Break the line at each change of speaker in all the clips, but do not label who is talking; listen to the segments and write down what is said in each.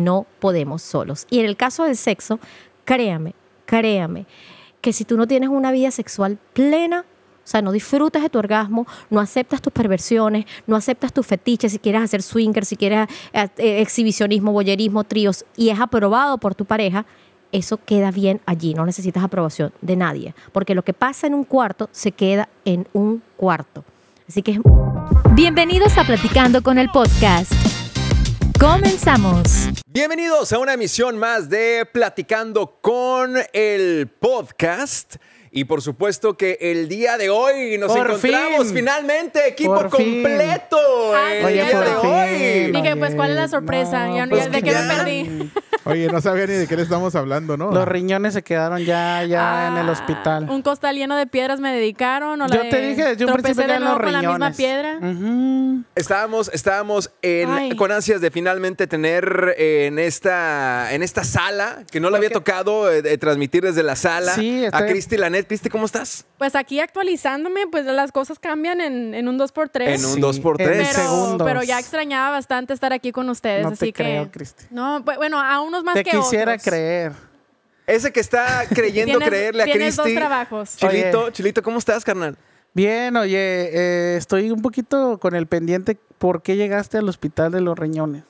No podemos solos. Y en el caso del sexo, créame, créame, que si tú no tienes una vida sexual plena, o sea, no disfrutas de tu orgasmo, no aceptas tus perversiones, no aceptas tus fetiches, si quieres hacer swinger, si quieres eh, exhibicionismo, boyerismo, tríos, y es aprobado por tu pareja, eso queda bien allí, no necesitas aprobación de nadie, porque lo que pasa en un cuarto se queda en un cuarto. Así que...
Bienvenidos a Platicando con el Podcast. Comenzamos.
Bienvenidos a una emisión más de Platicando con el Podcast. Y por supuesto que el día de hoy nos
Por
encontramos
fin.
equipo
Por fin.
completo.
Ah,
el
sí.
día
Oye, por
de hoy.
fin.
Dije, pues, ¿cuál es la sorpresa?
No,
Ya- ya-
pues,
¿De qué me
ya.
perdí?
Oye, no sabía ni de qué le estamos hablando, ¿no?
Los riñones se quedaron ya, ya en el
Ah,
hospital.
Un costal lleno de piedras me dedicaron. O la
Yo
de-
te dije desde un
tropecé
principio que
de
eran los Mm.
nuevo con
riñones.
la misma piedra.
Ujú.
Estábamos, estábamos en-
Ay.
con ansias de finalmente tener eh, en esta, en esta sala, que no le había tocado eh, de transmitir desde la sala,
Sí,
a
está-
Cristi Lanet. Cristi, ¿cómo estás?
Pues aquí actualizándome, pues las cosas cambian en, en un 2x3.
En un
Sí,
2x3.
en
pero,
segundos.
pero ya extrañaba bastante estar aquí con ustedes,
No te
así que
creo, Cristi.
no, pues, bueno, a unos más
Te
que
quisiera
otros.
creer.
Ese que está creyendo
Tienes-
creerle a
tienes dos
Cristi.
trabajos.
Chilito,
Oye.
Chilito, ¿cómo estás, carnal?
Bien, oye, eh, estoy un poquito con el pendiente. ¿Por qué llegaste al hospital de los riñones?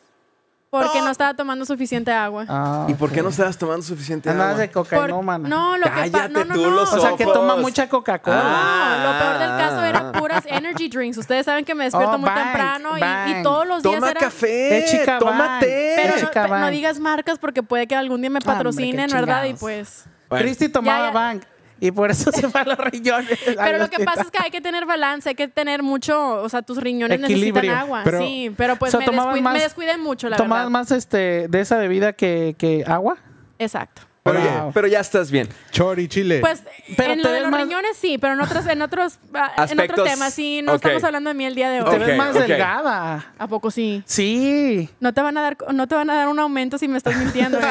porque no estaba tomando suficiente agua.
Ah,
¿Y por qué
ok.
no estabas tomando suficiente
Andabas
agua?
de
Por-
cocainómana.
no, lo que pa-
Cállate
no, no,
tú
no.
los
O sea, que toma
Ojos.
mucha Coca-Cola.
Ah.
No, lo peor del caso era puras energy drinks. Ustedes saben que me despierto
Oh,
muy
bang,
temprano y- y,
bang.
todos los días
Toma
era...
café,
Eh, chica,
toma
van.
té.
Pero
Eh,
no,
chica,
pe- no
van.
digas marcas porque puede que algún día
Ah,
me
hombre, qué
patrocinen, ¿verdad? Y
chingados.
pues...
Bueno,
Cristi tomaba
ya.
Bank y por eso se fue a los riñones.
Pero lo que pasa es que hay que tener balance, hay que tener mucho, o sea, tus riñones
Equilibrio.
necesitan agua,
Pero-
sí, pero pues me, descuid- me descuidé mucho, la
tomabas
verdad.
más este, de esa bebida que, que agua.
Exacto.
pero,
Wow.
oye, pero ya estás bien.
Chori, Chile.
Pues
Eh, Pero
en
te
lo de
ves
los
más-
riñones sí, pero en otros, en otros, ah, en otro
Aspectos-
tema, sí, no
ok.
estamos hablando de mí el día de hoy.
Te
Ok,
ves más
ok.
delgada.
¿A poco sí?
Sí.
No te van a dar, no te van a dar un aumento si me estás mintiendo, ¿eh?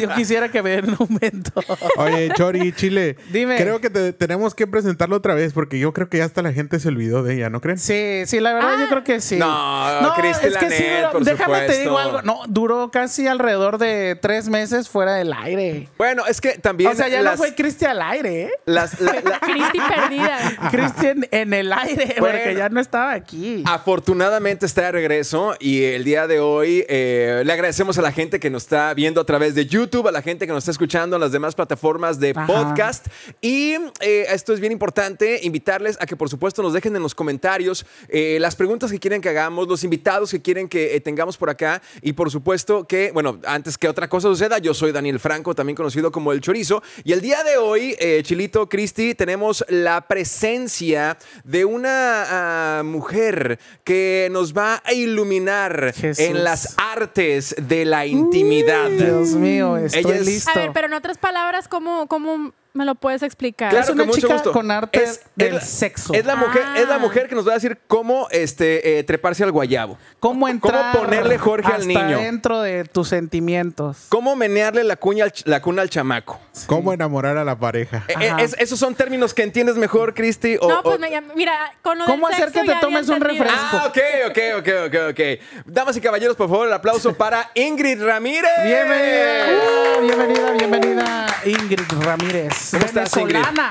Yo quisiera que me den un aumento.
Oye, Chori, Chile.
Dime.
Creo que te- tenemos que presentarlo otra vez porque yo creo que ya hasta la gente se olvidó de ella, ¿no creen?
Sí, sí, la verdad
Ah.
yo creo que sí.
No, Cristi Lanet,
duró-
por
déjame te digo
supuesto.
algo. No, duró casi alrededor de tres meses fuera del aire.
Bueno, es que también
o sea, ya
las,
no fue Cristi al aire, ¿eh?
las- la- la-
Cristi perdida.
Cristi en, en el aire, porque
Bueno. Ah.
ya no estaba aquí.
Afortunadamente está de regreso y el día de hoy eh, le agradecemos a la gente que nos está viendo a través de YouTube, a la gente que nos está escuchando en las demás plataformas de
Ajá.
podcast. Y eh, esto es bien importante, invitarles a que por supuesto nos dejen en los comentarios eh, las preguntas que quieren que hagamos, los invitados que quieren que eh, tengamos por acá. Y por supuesto que, bueno, antes que otra cosa suceda, yo soy Daniel Franco, también conocido como El Chorizo. Y el día de hoy, eh, Chilito, Cristi, tenemos la presencia de una ah, mujer que nos va a iluminar
Jesús.
en las artes de la intimidad.
Dios mío, estoy
Ella es-
listo.
A ver, pero en otras palabras, ¿cómo, cómo me lo puedes explicar?
Claro
Es una
que mucho
chica
gusto.
con arte del
la-
sexo.
Es la, mujer,
Ah.
es la mujer que nos va a decir cómo este, eh, treparse al guayabo.
¿Cómo entrar?
ponerle Jorge al
hasta
niño?
dentro de tus sentimientos.
Cómo menearle la, cuña al ch- la cuna al chamaco.
¿Cómo enamorar a la pareja?
Eh,
Ajá.
eh, es- esos son términos que entiendes mejor, Cristi. o-
no, pues
o-
me llama- mira, con lo
¿Cómo
del
hacer que
sexo
te
ya había
tomes un
entendido.
refresco?
Ah, ok, ok, ok, ok, ok. Damas y caballeros, por favor, el aplauso para Ingrid Ramírez.
Bienvenida, uh, bienvenida, bienvenida, Ingrid Ramírez.
¿Cómo estás,
venezolana.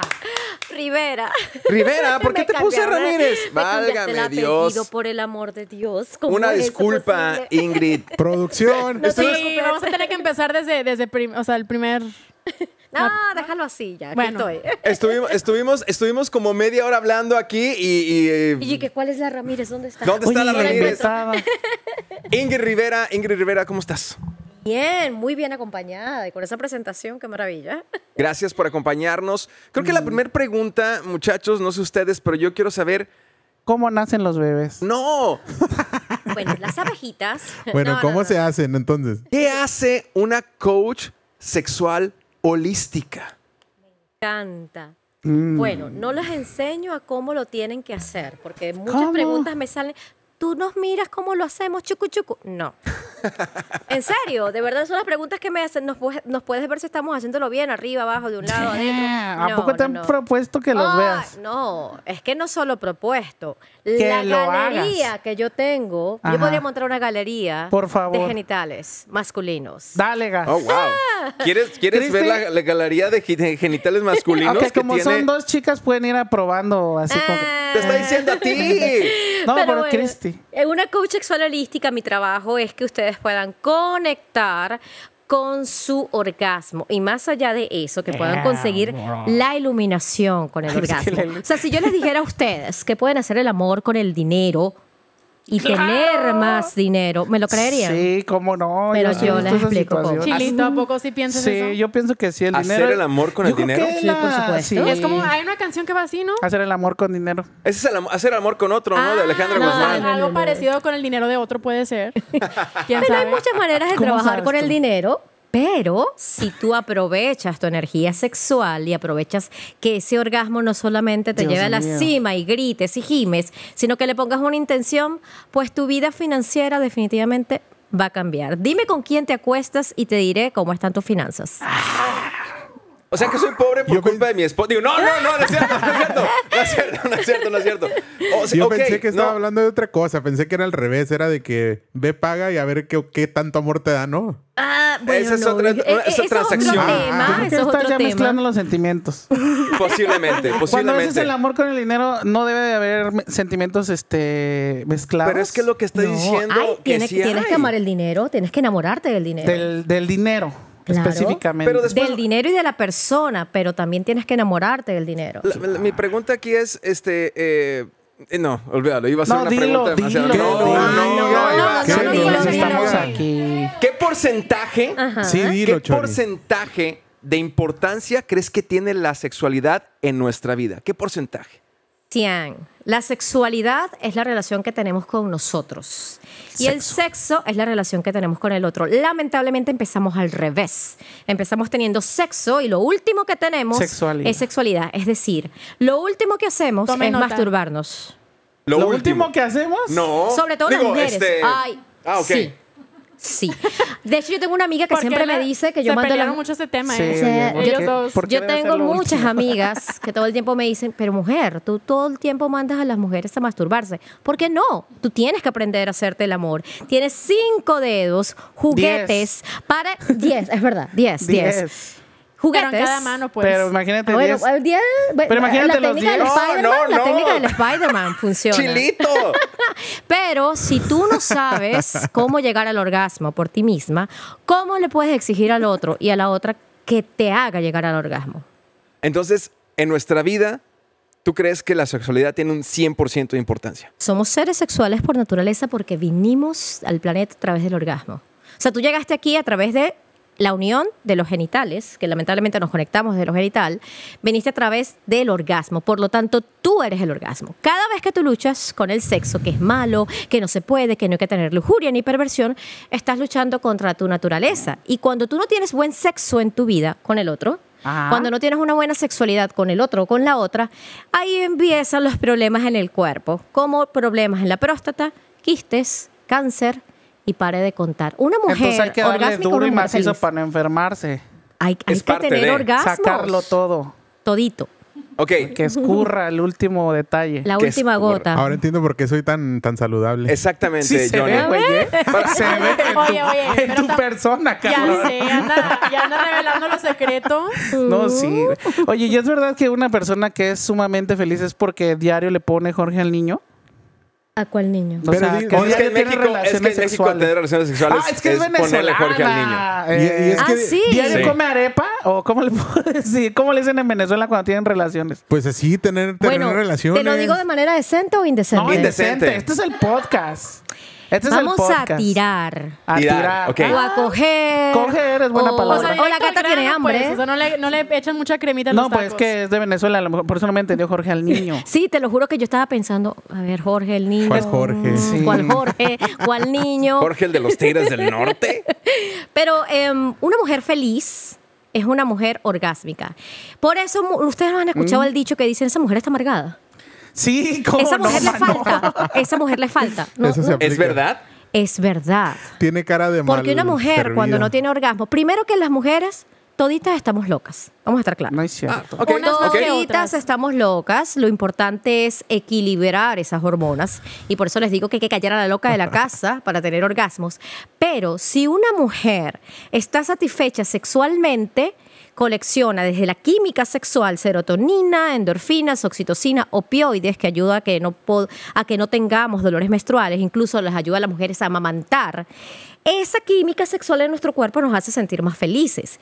Rivera.
Rivera, ¿por qué
Me
te puse
cambiaron la-
Ramírez?
me cambiaste
Válgame
el apellido,
Dios.
por el amor de Dios. ¿Cómo
Una
es eso
disculpa,
posible?
Ingrid.
Producción.
Ah,
No,
Esto
sí.
es-
Sí, vamos a tener que empezar desde, desde prim- o sea, el primer...
No, déjalo así ya. Bueno.
Bueno.
Estoy.
Estuvimos, estuvimos, estuvimos como media hora hablando aquí y. eh, y,
Y que ¿cuál es la Ramírez? ¿Dónde está?
¿Dónde está la
Oye,
Ramírez?
invitada.
Ingrid Rivera, Ingrid Rivera, ¿cómo estás?
Bien, muy bien acompañada y con esa presentación, qué maravilla.
Gracias por acompañarnos. Creo que la primera pregunta, muchachos, no sé ustedes, pero yo quiero saber.
¿Cómo nacen los bebés?
No,
Bueno, las abejitas.
Bueno,
No, no,
¿cómo
no.
se hacen entonces?
¿qué hace una coach sexual holística?
encanta. Bueno, no les enseño a cómo lo tienen que hacer, porque muchas
¿Cómo?
preguntas me salen. tú nos miras cómo lo hacemos, chucu chucu. No. en serio, de verdad son las preguntas que me hacen. Nos, pu- nos puedes ver si estamos haciéndolo bien, arriba, abajo, de un lado, adentro.
Eh, ¿A
No,
poco te
no, Ah.
han
no.
propuesto que los
Ay,
veas?
No, es que no solo propuesto.
Que
la
lo
galería
hagas.
que yo tengo,
Ajá.
yo podría montar una galería
Por favor.
de genitales masculinos.
Dale, gas.
Oh, wow. ¿Quieres, quieres ver
Cristi.
la, la galería de gen- genitales masculinos
Ok,
que
como
tiene?
son dos chicas, pueden ir aprobando así como que-
Te está diciendo a ti.
No,
Ah, Pero
pero
bueno,
Cristi.
En una coach sexual holística, mi trabajo es que ustedes puedan conectar con su orgasmo y más allá de eso que puedan conseguir la iluminación con el
Es que
orgasmo.
Eh, la ilu-
O sea, si yo les dijera a ustedes que pueden hacer el amor con el dinero y tener más dinero, ¿me lo creerían?
Sí, cómo no.
Pero
sí he
yo
visto
les
esa
explico cómo.
situación.
Chilito, ¿a poco sí piensas
sí,
eso?
yo pienso que sí, el
¿Hacer
dinero.
el amor con el
creo
dinero?
que
Sí, por supuesto.
sí.
Es como, hay una canción que va así, ¿no?
Hacer el amor con dinero.
Ese es el am- hacer amor con otro, ¿no? De Alejandra
Ah,
no,
Guzmán.
no, no,
Algo
no.
parecido con el dinero de otro puede ser. ¿Quién
Pero
sabe?
hay muchas maneras de
¿Cómo
trabajar
sabes
con el
tú?
dinero. Pero si tú aprovechas tu energía sexual y aprovechas que ese orgasmo no solamente te
Dios
lleve a la
mío.
cima y grites y gimes, sino que le pongas una intención, pues tu vida financiera definitivamente va a cambiar. Dime con quién te acuestas y te diré cómo están tus finanzas.
O sea que soy pobre por
Yo
culpa de mi esposo. Digo, no, no, no, no es cierto, no es cierto. No es cierto, no es cierto, no es cierto. O sea,
Yo
ok,
pensé que
no.
estaba hablando de otra cosa. Pensé que era al revés. Era de que ve, paga y a ver qué, qué tanto amor te da, ¿no?
Ah,
Esa es otra-
eh,
esa
eh, eso es
transacción.
otro
Ah,
tema,
Creo
eso
que
es
estás
otro
ya
tema.
mezclando los sentimientos.
Posiblemente,
Cuando haces
posiblemente.
el amor con el dinero, no debe de haber me- sentimientos este, mezclados.
Pero es que lo que está
No,
diciendo
ay,
que
tienes,
sí
tienes
hay.
que amar el dinero, tienes que enamorarte del dinero.
Del, del dinero,
Claro.
específicamente.
Pero después-
del dinero y de la persona, pero también tienes que enamorarte del dinero.
La- la- mi pregunta aquí es, este, eh, eh, no, olvídalo, iba a ser
No,
una
dilo,
pregunta demasiado.
dilo,
no,
dilo.
no,
Ah,
no,
no,
iba a
no,
ser-
no, no,
Sí,
no,
no
no,
estamos
no.
aquí.
¿Qué porcentaje?
Ah.
Sí, dilo,
¿Qué
Chori.
porcentaje de importancia crees que tiene la sexualidad en nuestra vida? ¿Qué porcentaje?
Tian, la sexualidad es la relación que tenemos con nosotros y el sexo es la relación que tenemos con el otro. Lamentablemente empezamos al revés. Empezamos teniendo sexo y lo último que tenemos
Sexualidad.
es sexualidad. Es decir, lo último que hacemos
Tome
es
nota.
masturbarnos.
Lo, último. que hacemos.
No.
Sobre todo las
Oh, Digo,
mujeres.
este-
Ay,
ah, ok.
sí. Sí. De hecho, yo tengo una amiga que
Porque
siempre me
la-
dice que yo
se
mando la...
pelearon mucho ese tema,
Sí,
¿eh?
O sea,
oye,
ellos
¿por qué-
dos.
por qué
Yo
debe ser
tengo
lo
muchas
último?
amigas que todo el tiempo me dicen, pero mujer, tú todo el tiempo mandas a las mujeres a masturbarse. ¿Por qué no? Tú tienes que aprender a hacerte el amor. Tienes cinco dedos, juguetes para... Diez, es verdad, diez, diez.
Diez.
Juguetes.
Pero en cada mano, pues.
Pero imagínate,
Ah, bueno,
diez.
el diez- bueno,
Pero imagínate
la
los
técnica del
diez.
No,
Spider-Man,
no,
la
no.
técnica del Spider-Man funciona.
Chilito.
Pero si tú no sabes cómo llegar al orgasmo por ti misma, ¿cómo le puedes exigir al otro y a la otra que te haga llegar al orgasmo?
Entonces, en nuestra vida, ¿tú crees que la sexualidad tiene un 100% de importancia?
Somos seres sexuales por naturaleza porque vinimos al planeta a través del orgasmo. O sea, tú llegaste aquí a través de la unión de los genitales, que lamentablemente nos conectamos de lo genital, viniste a través del orgasmo. Por lo tanto, tú eres el orgasmo. Cada vez que tú luchas con el sexo, que es malo, que no se puede, que no hay que tener lujuria ni perversión, estás luchando contra tu naturaleza. Y cuando tú no tienes buen sexo en tu vida con el otro,
Ajá.
cuando no tienes una buena sexualidad con el otro o con la otra, ahí empiezan los problemas en el cuerpo, como problemas en la próstata, quistes, cáncer y pare de contar. Una mujer
Entonces hay que darle
orgásmica, una
duro y
mujer
macizo
feliz.
para no enfermarse.
Hay, hay
Es
que
parte
tener
de
orgasmos.
Sacarlo todo.
Todito.
Ok.
Que escurra el último detalle.
La
Que
última
escurra.
gota.
Ahora entiendo por qué soy tan, tan saludable.
Exactamente, Johnny.
güey. ¿eh?
Para-
Se ve en tu,
Oye, oye,
en
pero
tu
tam-
persona, cabrón.
Ya sé, anda, ya anda revelando los secretos.
No, sí. güey. Oye, ¿y es verdad que una persona que es sumamente feliz es porque diario le pone Jorge al niño?
¿A cuál niño?
O
Pero
sea,
di-
que
no,
es que
diario
en
tiene
México, es que en
relaciones
México tener
sexuales.
relaciones sexuales
Ah, es que es,
ponerle
venezolana. Eh,
Jorge al niño.
Y- y es
Ah,
que-
sí.
¿Diario
Sí.
come arepa? ¿O cómo le puedo decir? ¿Cómo le dicen en Venezuela cuando tienen relaciones?
Pues así, tener, tener
bueno,
relaciones.
¿te lo digo de manera decente o indecente?
No, indecente.
Indecente.
Este es el podcast. Este es el
Vamos
podcast.
a tirar.
A
Tirar,
tirar. Ah.
ok.
O a coger.
Coger es buena
o-
O,
palabra.
sea,
O, la
directo al
gata tiene
grano,
hambre.
pues, o sea, no le, no le echan mucha cremita a los
No, pues es
tacos.
que es de Venezuela, a lo mejor por eso no me entendió Jorge al niño.
Sí, te lo juro que yo estaba pensando, a ver, Jorge, el niño.
¿Cuál Jorge?
mm, ¿Cuál Jorge? ¿Cuál niño?
Jorge, el de los Tigres del Norte.
Pero em, una mujer feliz es una mujer orgásmica. Por eso mu- ustedes no han escuchado el dicho que dicen, esa mujer está amargada.
Sí, ¿cómo
Esa mujer
Mm. no,
le
mano?
falta. Esa mujer le falta. No,
Eso se
no,
aplica.
¿Es verdad?
es verdad.
Tiene cara de mal
Porque una mujer
servida.
cuando no tiene orgasmo, primero que las mujeres, toditas estamos locas. Vamos a estar claros.
No es cierto.
Ah, Ok,
Unas más
ok.
que otras.
Toditas estamos locas. Lo importante es equilibrar esas hormonas. Y por eso les digo que hay que callar a la loca de la casa para tener orgasmos. Pero si una mujer está satisfecha sexualmente, colecciona desde la química sexual serotonina, endorfinas, oxitocina, opioides que ayuda a que no po- a que no tengamos dolores menstruales, incluso les ayuda a las mujeres a amamantar. Esa química sexual en nuestro cuerpo nos hace sentir más felices.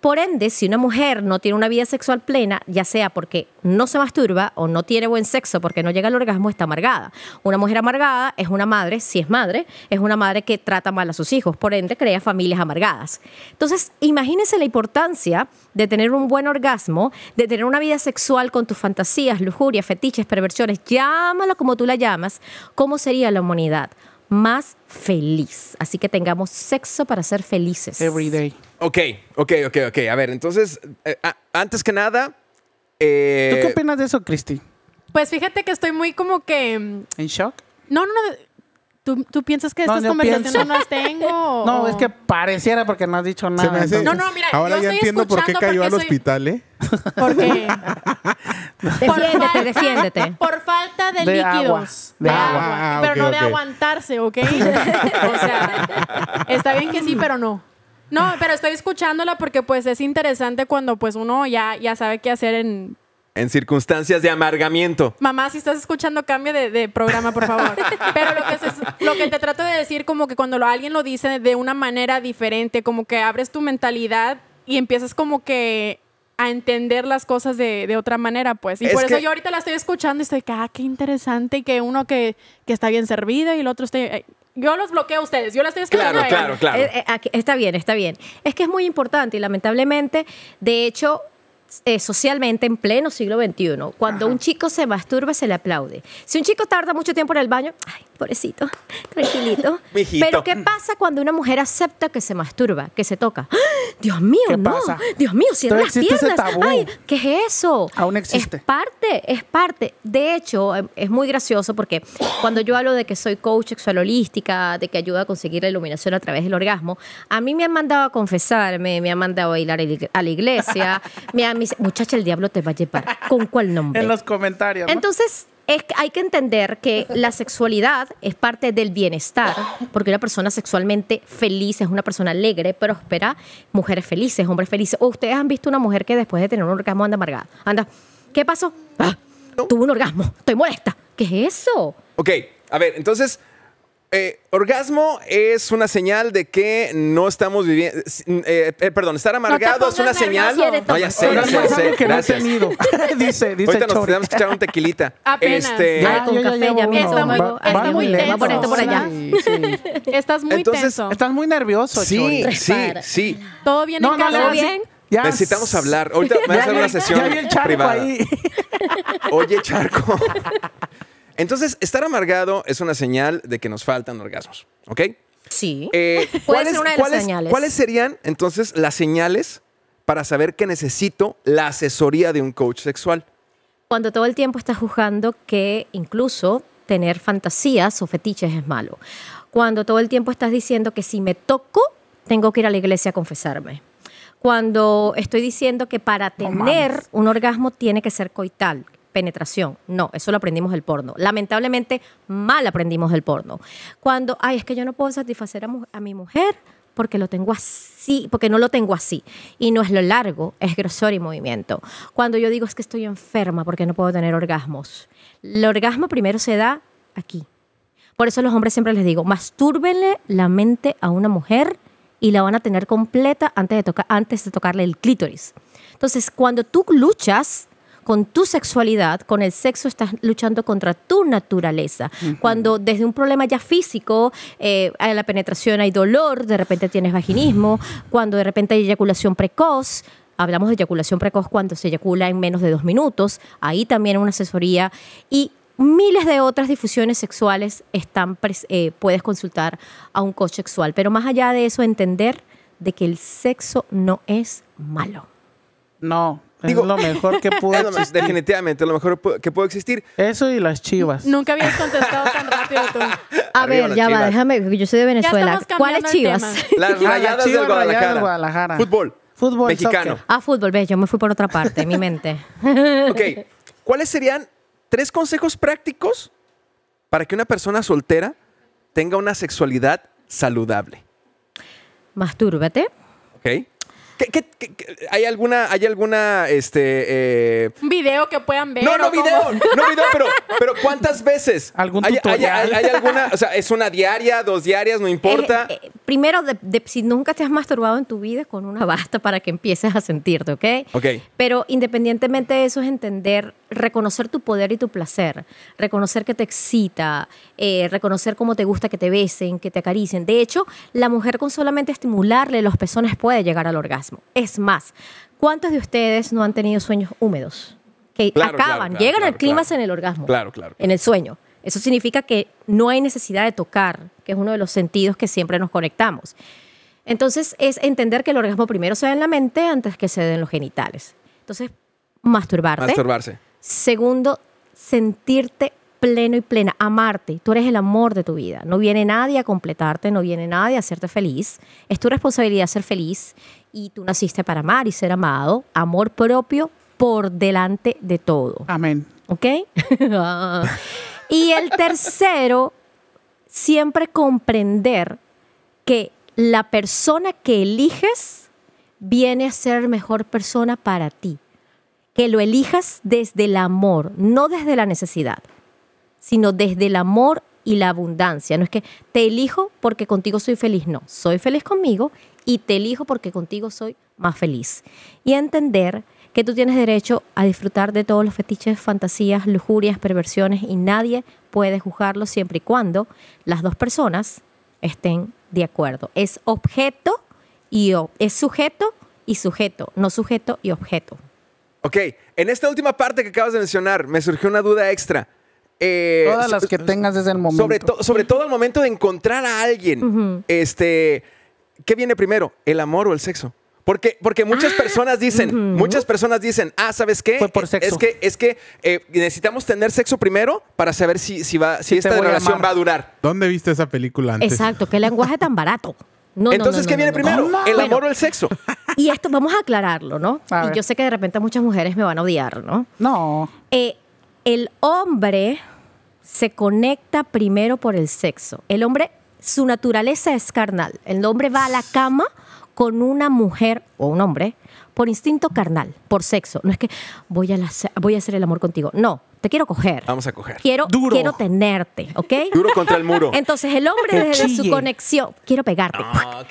Por ende, si una mujer no tiene una vida sexual plena, ya sea porque no se masturba o no tiene buen sexo porque no llega al orgasmo, está amargada. Una mujer amargada es una madre, si es madre, es una madre que trata mal a sus hijos, por ende crea familias amargadas. Entonces, imagínense la importancia de tener un buen orgasmo, de tener una vida sexual con tus fantasías, lujurias, fetiches, perversiones, llámalo como tú la llamas, cómo sería la humanidad más feliz. Así que tengamos sexo para ser felices.
Every day.
Ok, ok, ok, ok. A ver, entonces, eh, a- antes que nada.
¿Tú
eh,
qué opinas de eso, Cristi?
Pues fíjate que estoy muy como que. mm,
¿En shock?
No, no, no. ¿Tú, tú piensas que
No,
estas
yo
conversaciones
pienso.
no las tengo?
No,
o-
es que pareciera porque no has dicho
Se me
nada.
hace-
Oh. No,
entonces.
no, mira,
Ahora
yo
ya
estoy
entiendo por qué
escuchando
cayó al
porque soy-
hospital, ¿eh?
Porque.
Defiéndete,
falta-
defiéndete.
Por falta de,
De
líquidos.
aguas.
De
De
agua.
agua. Ah,
pero
ok,
no
ok.
de aguantarse, ¿ok? o sea, está bien que sí, pero no. No, pero estoy escuchándola porque pues es interesante cuando pues uno ya, ya sabe qué hacer en...
en circunstancias de amargamiento.
Mamá, si estás escuchando, cambia de, de programa, por favor. Pero lo que, se- lo que te trato de decir, como que cuando lo- alguien lo dice de una manera diferente, como que abres tu mentalidad y empiezas como que a entender las cosas de, de otra manera, pues. Y
Es
por eso
que-
yo ahorita la estoy escuchando y estoy, que, ah, qué interesante, y que uno que, que está bien servido y el otro está... eh, Yo los bloqueo a ustedes, yo la estoy escuchando.
Claro,
a ella.
claro, claro.
Eh, eh, aquí- está bien, está bien. Es que es muy importante y lamentablemente, de hecho, eh, socialmente en pleno siglo XXI, cuando un chico se masturba se le aplaude. Si un chico tarda mucho tiempo en el baño, ay, pobrecito, tranquilito.
Mijito.
Pero ¿qué pasa cuando una mujer acepta que se masturba, que se toca? ¡Ah! Dios mío,
¿Qué
no.
pasa?
Dios mío, cierra las
Todavía existe
piernas.
ese tabú.
Ay, ¿Qué es eso?
Aún existe.
Es parte, es parte. De hecho, em, es muy gracioso porque cuando yo hablo de que soy coach sexual holística, de que ayuda a conseguir la iluminación a través del orgasmo, a mí me han mandado a confesarme, me han mandado a bailar a la ig- a la iglesia, me han me dice, muchacha, el diablo te va a llevar. ¿Con cuál nombre?
En los comentarios. ¿no?
Entonces, es que hay que entender que la sexualidad es parte del bienestar, porque una persona sexualmente feliz es una persona alegre, próspera, mujeres felices, hombres felices. O ustedes han visto una mujer que después de tener un orgasmo anda amargada. Anda, ¿qué pasó? Ah, Tuve un orgasmo, estoy molesta. ¿Qué es eso?
Ok, a ver, entonces, eh, orgasmo es una señal de que no estamos viviendo. eh, eh, perdón, estar amargado es una
pongas
señal.
nervioso. Si eres
No, ya sé,
Ahora
ya sé,
es
ya sé,
algo que no he
Gracias.
tenido. dice, dice
Ahorita nos
Chori.
tenemos que echar un tequilita.
Apenas.
Este,
Ya, con café, ya
uno.
pienso,
Va-
muy-
va
está muy
lento.
tenso. Va por esto, por allá.
Sí, sí.
Estás muy
Entonces,
tenso.
Estás muy nervioso,
sí,
Chori.
sí,
Respira.
sí.
¿Todo bien en casa?
luego sí-
bien?
ya-
Necesitamos hablar. Ahorita me vas a hacer una sesión
Ya vi el charco
privada.
ahí.
Oye, Charco. Entonces, estar amargado es una señal de que nos faltan orgasmos, ¿ok?
Sí.
Eh,
Puede
¿cuáles-
ser una de las
cuáles-
señales.
¿Cuáles serían entonces las señales para saber que necesito la asesoría de un coach sexual?
Cuando todo el tiempo estás juzgando que incluso tener fantasías o fetiches es malo. Cuando todo el tiempo estás diciendo que si me toco, tengo que ir a la iglesia a confesarme. Cuando estoy diciendo que para tener un orgasmo tiene que ser coital, penetración. No, eso lo aprendimos del porno. Lamentablemente, mal aprendimos del porno. Cuando, ay, es que yo no puedo satisfacer a, mu- a mi mujer porque lo tengo así, porque no lo tengo así. Y no es lo largo, es grosor y movimiento. Cuando yo digo es que estoy enferma porque no puedo tener orgasmos. El orgasmo primero se da aquí. Por eso a los hombres siempre les digo, mastúrbenle la mente a una mujer y la van a tener completa antes de, toca- antes de tocarle el clítoris. Entonces, cuando tú luchas con tu sexualidad, con el sexo, estás luchando contra tu naturaleza. Cuando desde un problema ya físico, eh, a la penetración hay dolor, de repente tienes vaginismo, cuando de repente hay eyaculación precoz, hablamos de eyaculación precoz cuando se eyacula en menos de dos minutos, ahí también una asesoría y miles de otras difusiones sexuales están pres- eh, puedes consultar a un coach sexual. Pero más allá de eso, entender de que el sexo no es malo.
No,
Digo-
es lo mejor que pudo
Es lo más-
existir.
definitivamente, lo mejor pu- que puede existir.
Eso y las chivas.
Nunca habías contestado tan rápido tú.
A
Arriba
ver,
las
ya va,
Chivas.
déjame, porque yo soy de Venezuela.
estamos cambiando
¿Cuáles
el
chivas?
tema.
Las
Ah,
rayadas
las
del
Chivas Rayadas
Guadalajara.
del Guadalajara.
Fútbol.
Fútbol,
Mexicano.
soccer.
Ah, fútbol, ves, yo me fui por otra parte, mi mente.
Ok. ¿Cuáles serían tres consejos prácticos para que una persona soltera tenga una sexualidad saludable?
Mastúrbate.
¿Ok? ¿Qué- qué- qué- qué- hay alguna, hay alguna, este, eh,
Un video que puedan ver.
no,
o
no
cómo.
video, no video, pero, pero ¿cuántas veces?
¿Algún
¿Hay, hay-
tutorial?
hay- hay alguna, o sea, es una diaria, dos diarias, no importa.
Eh, eh, primero, de- de- si nunca te has masturbado en tu vida, con una basta para que empieces a sentirte, ¿ok?
Ok.
Pero independientemente de eso es entender, reconocer tu poder y tu placer, reconocer que te excita, eh, reconocer cómo te gusta que te besen, que te acaricien. De hecho, la mujer con solamente estimularle los pezones puede llegar al orgasmo. Es más, ¿cuántos de ustedes no han tenido sueños húmedos? Que
Claro, claro,
acaban,
claro,
llegan
claro,
al clímax
claro.
en el orgasmo.
Claro, claro, claro.
En el sueño. Eso significa que no hay necesidad de tocar, que es uno de los sentidos que siempre nos conectamos. Entonces es entender que el orgasmo primero se da en la mente antes que se dé en los genitales. Entonces, masturbarte.
Masturbarse.
Segundo, sentirte pleno y plena, amarte. Tú eres el amor de tu vida. No viene nadie a completarte, no viene nadie a hacerte feliz. Es tu responsabilidad ser feliz y tú naciste para amar y ser amado. Amor propio por delante de todo.
Amén.
¿Ok? Ah. y el tercero, siempre comprender que la persona que eliges viene a ser mejor persona para ti. Que lo elijas desde el amor, no desde la necesidad, sino desde el amor y la abundancia. No es que te elijo porque contigo soy feliz, no. Soy feliz conmigo y te elijo porque contigo soy más feliz. Y entender que tú tienes derecho a disfrutar de todos los fetiches, fantasías, lujurias, perversiones y nadie puede juzgarlo siempre y cuando las dos personas estén de acuerdo. Es objeto y ob- es sujeto y sujeto, no sujeto y objeto.
Ok, en esta última parte que acabas de mencionar, me surgió una duda extra. Eh,
Todas las
so-
que tengas desde el momento.
Sobre, to- sobre todo al momento de encontrar a alguien, este, ¿qué viene primero? ¿El amor o el sexo? Porque, porque
Ah,
muchas personas dicen, muchas personas dicen, ah, ¿sabes qué?
Fue por
Es-
sexo.
Es que, es que eh, necesitamos tener sexo primero para saber si, si, va, si
Si te
esta
voy a
relación
amar.
va a durar.
¿Dónde viste esa película antes?
Exacto, qué lenguaje tan barato. No, no,
Entonces,
no,
¿qué
no,
viene
no, no.
primero? ¿El
Bueno,
amor o el sexo?
Y esto vamos a aclararlo, ¿no?
A
Y
ver.
yo sé que de repente muchas mujeres me van a odiar, ¿no?
No.
Eh, el hombre se conecta primero por el sexo. El hombre, su naturaleza es carnal. El hombre va a la cama con una mujer o un hombre por instinto carnal, por sexo. No es que voy a, la- voy a hacer el amor contigo. No, te quiero coger.
Vamos a coger.
Quiero,
Duro.
quiero tenerte, ¿ok?
Duro contra el muro.
Entonces el hombre
Que
desde su
chille.
conexión, quiero pegarte.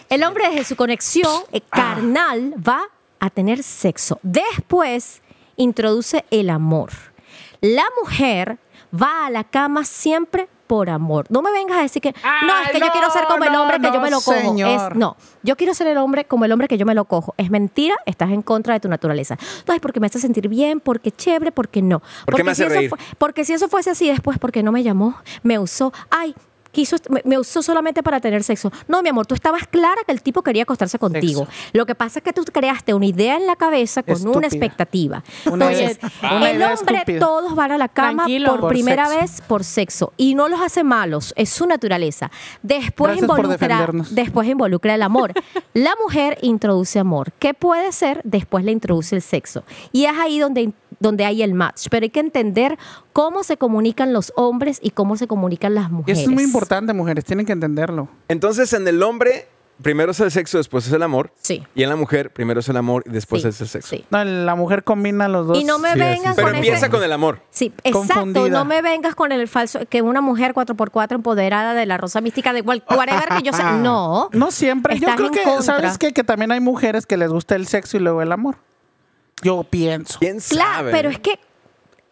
el hombre desde su conexión eh,
Ah.
carnal va a tener sexo. Después introduce el amor. La mujer va a la cama siempre por amor. No me vengas a decir que no, es que yo
no,
quiero ser como el
Ah, no,
hombre que yo
no,
me lo cojo.
señor.
Es- no, yo quiero ser el hombre como el hombre que yo me lo cojo. Es mentira, estás en contra de tu naturaleza. No es porque me hace sentir bien, porque chévere, porque no.
Porque me hace
si eso
reír.
fue- porque si eso fuese así después, porque no me llamó, me usó, ay, quiso, est- me, me usó solamente para tener sexo. No, mi amor, tú estabas clara que el tipo quería acostarse contigo. Lo que pasa es que tú creaste una idea en la cabeza con una
Estúpida.
expectativa.
Una idea-
Entonces,
una
el
idea
hombre,
estúpida.
todos van a la cama
Tranquilo.
por,
Por
primera
sexo.
vez por sexo y no los hace malos, es su naturaleza. Después
Gracias por
involucra,
defendernos.
después involucra el amor. la mujer introduce amor. ¿Qué puede ser? Después le introduce el sexo. Y es ahí donde, donde hay el match. Pero hay que entender cómo se comunican los hombres y cómo se comunican las
Y
mujeres.
eso es muy importante, mujeres. Tienen que entenderlo.
Entonces, en el hombre, primero es el sexo, después es el amor.
Sí.
Y en la mujer, primero es el amor y
pues,
después
Sí,
es el sexo.
sí.
No, la mujer combina los dos.
Y no me
Sí, así
vengan
es.
Pero
con
empieza
ese-
con el amor.
Sí, exacto.
Confundida.
No me vengas con el falso que una mujer 4x4 empoderada de la rosa mística de cual- whatever que yo sea. No.
No siempre.
Estás
Yo creo
en
que,
contra.
¿sabes qué? Que también hay mujeres que les gusta el sexo y luego el amor. Yo pienso.
¿Quién
Claro,
sabe?
pero es que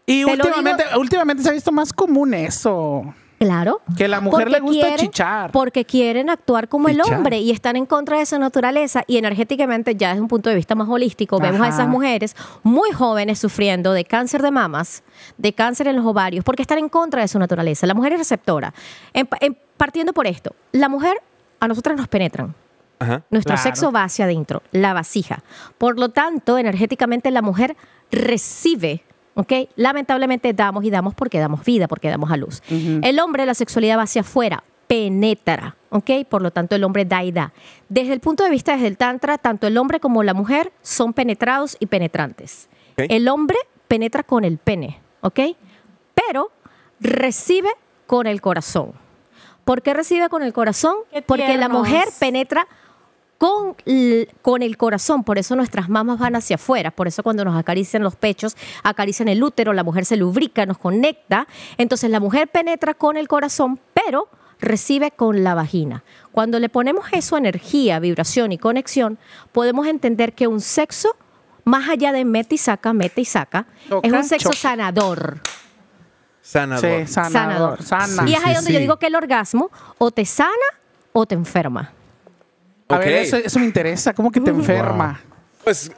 Y
Te lo
últimamente,
digo-
últimamente se ha visto más común eso.
Claro.
Que la mujer
Porque
le gusta chichar.
Porque quieren actuar como el
Chichar.
hombre y están en contra de su naturaleza. Y energéticamente, ya desde un punto de vista más holístico, vemos a
Ajá.
esas mujeres muy jóvenes sufriendo de cáncer de mamas, de cáncer en los ovarios, porque están en contra de su naturaleza. La mujer es receptora. En- en- partiendo por esto, la mujer a nosotras nos penetran.
Ajá.
Nuestro
Claro.
sexo va hacia adentro, la vasija. Por lo tanto, energéticamente la mujer recibe, ¿ok? Lamentablemente damos y damos porque damos vida, porque damos a luz. El hombre, la sexualidad va hacia afuera, penetra, ¿ok? Por lo tanto, el hombre da y da. Desde el punto de vista desde el tantra, tanto el hombre como la mujer son penetrados y penetrantes.
Ok.
El hombre penetra con el pene, ¿ok? Pero recibe con el corazón. ¿Por qué recibe con el corazón?
Qué
Porque la
tiernos.
mujer penetra con, l- con el corazón, por eso nuestras mamas van hacia afuera, por eso cuando nos acarician los pechos, acarician el útero, la mujer se lubrica, nos conecta, entonces la mujer penetra con el corazón, pero recibe con la vagina. Cuando le ponemos eso, energía, vibración y conexión, podemos entender que un sexo, más allá de mete y saca, mete y saca,
Choca,
es un sexo
choca.
sanador
Sanador.
Sí, sanador.
sanador.
Sana.
Y es ahí
sí,
donde yo
sí.
digo que el orgasmo o te sana o te enferma.
A ver,
Ok.
eso, eso me interesa. ¿Cómo que te enferma?
Pues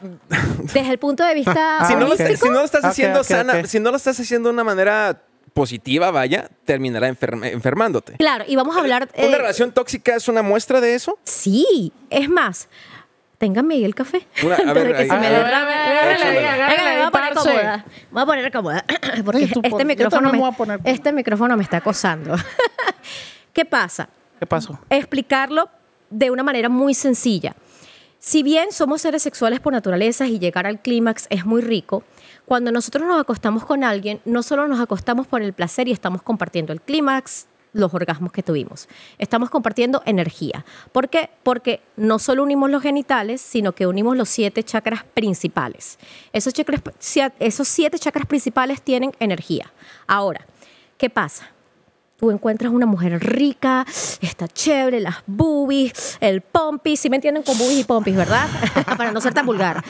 Desde el punto de vista
Ah,
si, no lo,
holístico,
ok.
si no lo estás
Ok,
haciendo
ok,
sana,
ok.
si no lo estás haciendo de una manera positiva, vaya, terminará enferma- enfermándote.
claro, y vamos a hablar... eh,
¿Una relación tóxica es una muestra de eso?
Sí, es más, ténganme ahí el café.
Una- a
antes
ver,
de que
ahí-
se me
a ver,
derrame.
agárrala
ahí,
agárrala
Venga, me voy a
ahí,
poner
parce.
cómoda. Me voy a poner cómoda. Porque
Oye, tú pon-
este,
yo
micrófono me,
también me voy a poner-
este micrófono me está acosando. ¿Qué pasa?
¿Qué pasó?
explicarlo de una manera muy sencilla. Si bien somos seres sexuales por naturaleza y llegar al clímax es muy rico, cuando nosotros nos acostamos con alguien, no solo nos acostamos por el placer y estamos compartiendo el clímax, los orgasmos que tuvimos, estamos compartiendo energía. ¿Por qué? Porque no solo unimos los genitales, sino que unimos los siete chakras principales. Esos, chakras- esos siete chakras principales tienen energía. Ahora, ¿qué pasa? Tú encuentras una mujer rica, está chévere, las boobies, el pompis, si me entienden con boobies y pompis, ¿verdad? Para no ser tan vulgar.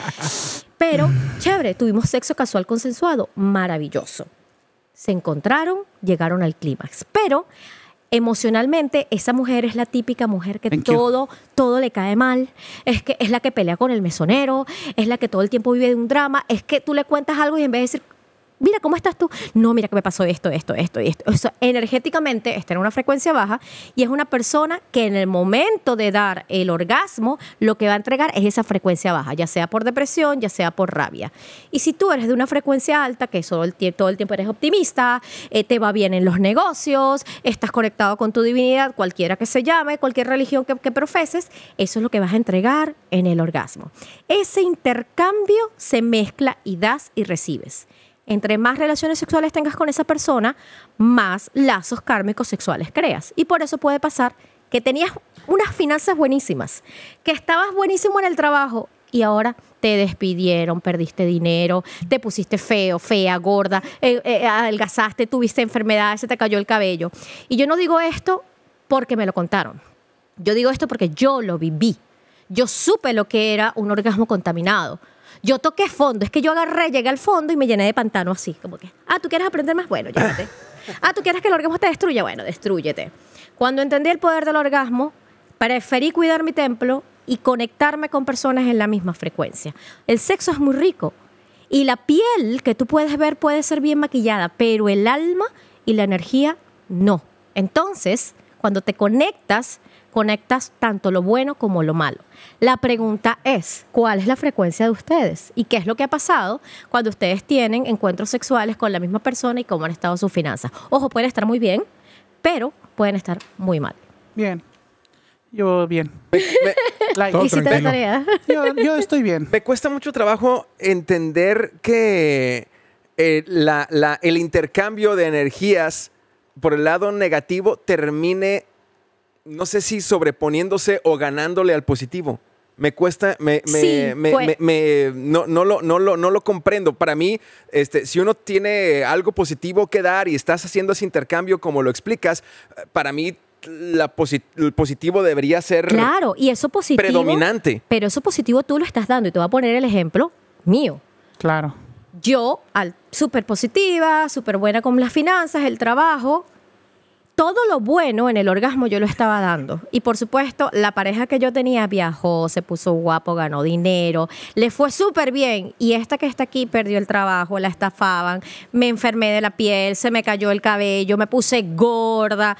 Pero, chévere, tuvimos sexo casual consensuado, maravilloso. Se encontraron, llegaron al clímax. Pero emocionalmente esa mujer es la típica mujer que
Thank you.
todo, todo le cae mal. Es que es la que pelea con el mesonero, es la que todo el tiempo vive de un drama, es que tú le cuentas algo y en vez de decir, mira, ¿cómo estás tú? No, mira que me pasó esto, esto, esto y esto. O sea, energéticamente está en una frecuencia baja y es una persona que en el momento de dar el orgasmo, lo que va a entregar es esa frecuencia baja, ya sea por depresión, ya sea por rabia. Y si tú eres de una frecuencia alta, que todo el, tie- todo el tiempo eres optimista, eh, te va bien en los negocios, estás conectado con tu divinidad, cualquiera que se llame, cualquier religión que, que profeses, eso es lo que vas a entregar en el orgasmo. Ese intercambio se mezcla y das y recibes. Entre más relaciones sexuales tengas con esa persona, más lazos kármicos sexuales creas. Y por eso puede pasar que tenías unas finanzas buenísimas, que estabas buenísimo en el trabajo y ahora te despidieron, perdiste dinero, te pusiste feo, fea, gorda, eh, eh, adelgazaste, tuviste enfermedades, se te cayó el cabello. Y yo no digo esto porque me lo contaron. Yo digo esto porque yo lo viví. Yo supe lo que era un orgasmo contaminado. Yo toqué fondo, es que yo agarré, llegué al fondo y me llené de pantano así, como que, ah, tú quieres aprender más, bueno, llévate. Ah, tú quieres que el orgasmo te destruya, bueno, destruyete. Cuando entendí el poder del orgasmo, preferí cuidar mi templo y conectarme con personas en la misma frecuencia. El sexo es muy rico y la piel que tú puedes ver puede ser bien maquillada, pero el alma y la energía no. Entonces, cuando te conectas, conectas tanto lo bueno como lo malo. La pregunta es, ¿cuál es la frecuencia de ustedes? ¿Y qué es lo que ha pasado cuando ustedes tienen encuentros sexuales con la misma persona y cómo han estado sus finanzas? Ojo, pueden estar muy bien, pero pueden estar muy mal.
Bien. Yo bien. Like.
Todo
¿Hiciste la
tranquilo.
tarea?
Yo, yo estoy bien.
Me cuesta mucho trabajo entender que eh, la- la- el intercambio de energías por el lado negativo termine, no sé si sobreponiéndose o ganándole al positivo. Me cuesta, me, me-
Sí,
me-
pues-
me- me- no, no lo, no, lo, no lo comprendo. Para mí, este, si uno tiene algo positivo que dar y estás haciendo ese intercambio como lo explicas, eh, para mí la posi- el positivo debería ser
Claro, y eso positivo...
predominante.
Pero eso positivo tú lo estás dando y te voy a poner el ejemplo mío.
Claro.
yo, al súper positiva, súper buena con las finanzas, el trabajo, todo lo bueno en el orgasmo yo lo estaba dando. Y por supuesto, la pareja que yo tenía viajó, se puso guapo, ganó dinero, le fue súper bien. Y esta que está aquí perdió el trabajo, la estafaban, me enfermé de la piel, se me cayó el cabello, me puse gorda.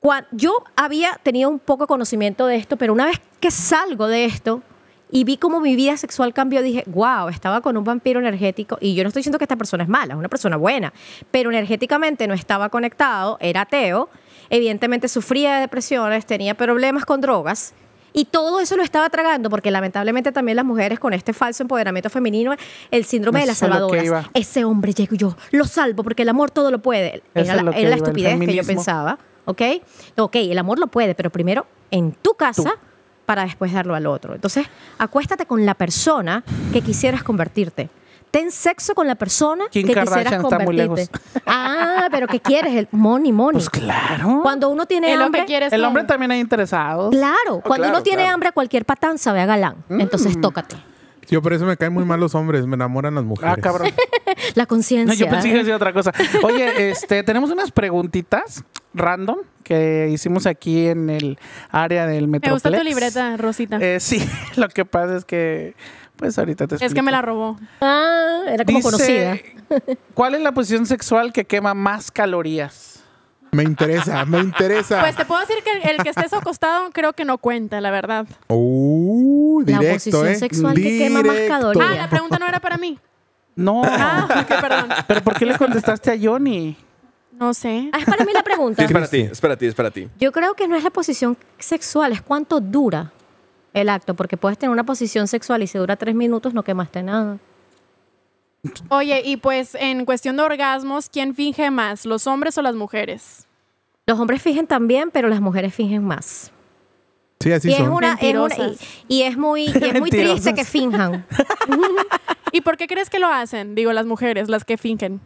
cua- yo había tenido un poco de conocimiento de esto, pero una vez que salgo de esto y vi cómo mi vida sexual cambió, dije, wow, estaba con un vampiro energético y yo no estoy diciendo que esta persona es mala, es una persona buena, pero energéticamente no estaba conectado, era ateo, evidentemente sufría de depresiones, tenía problemas con drogas. Y todo eso lo estaba tragando porque lamentablemente también las mujeres con este falso empoderamiento femenino, el síndrome de las
Eso es lo que
salvadoras,
iba.
ese hombre llego yo, lo salvo porque el amor todo lo puede.
Eso
Era
es lo
la,
que
era la
iba, el
estupidez que yo
feminismo.
pensaba, ¿ok? No, ok, el amor lo puede, pero primero en tu casa para después darlo al otro. Entonces, acuéstate con la persona que quisieras convertirte. Ten sexo con la persona
Kim
que
Kardashian
quisieras
está muy
convertirte.
lejos.
Ah, pero ¿qué quieres? El money, money.
Pues claro.
Cuando uno tiene
El hombre
hambre...
quiere
el hombre también hay interesados.
Claro, cuando
claro,
uno tiene
claro.
hambre, cualquier patán sabe a galán.
Mm.
Entonces, tócate.
Yo por eso me caen muy mal los hombres, me enamoran las mujeres.
Ah, cabrón.
La conciencia.
No, yo pensé que
¿eh?
decía otra cosa. Oye, este, tenemos unas preguntitas random que hicimos aquí en el área del
Me
Metroplex.
gusta tu libreta, Rosita.
Eh, sí, lo que pasa es que, pues ahorita te explico.
es que me la robó.
Ah, era como
Dice,
conocida.
¿Cuál es la posición sexual que quema más calorías?
Me interesa, me
Ah.
interesa.
Pues te puedo decir que el, el que estés acostado creo que no cuenta, la verdad.
Uh,
La
directo,
posición
¿eh?
sexual que quema más
Directo.
calorías.
Ah, la pregunta no era para mí.
No.
Ah, ok, perdón.
¿Pero por qué le contestaste a Johnny?
No sé.
Ah, es para mí la pregunta.
Sí, es para ti, es para ti, es para ti.
Yo creo que no es la posición sexual, es cuánto dura el acto, porque puedes tener una posición sexual y si dura tres minutos no quemaste nada.
Oye, y pues en cuestión de orgasmos, ¿quién finge más, los hombres o las mujeres?
Los hombres fingen también, pero las mujeres fingen más.
Sí, así
y, es
son.
una, es una- y,
Mentirosas.
y es muy, y es muy
Mentirosas.
triste que finjan.
¿Y por qué crees que lo hacen? Digo, las mujeres, las que fingen.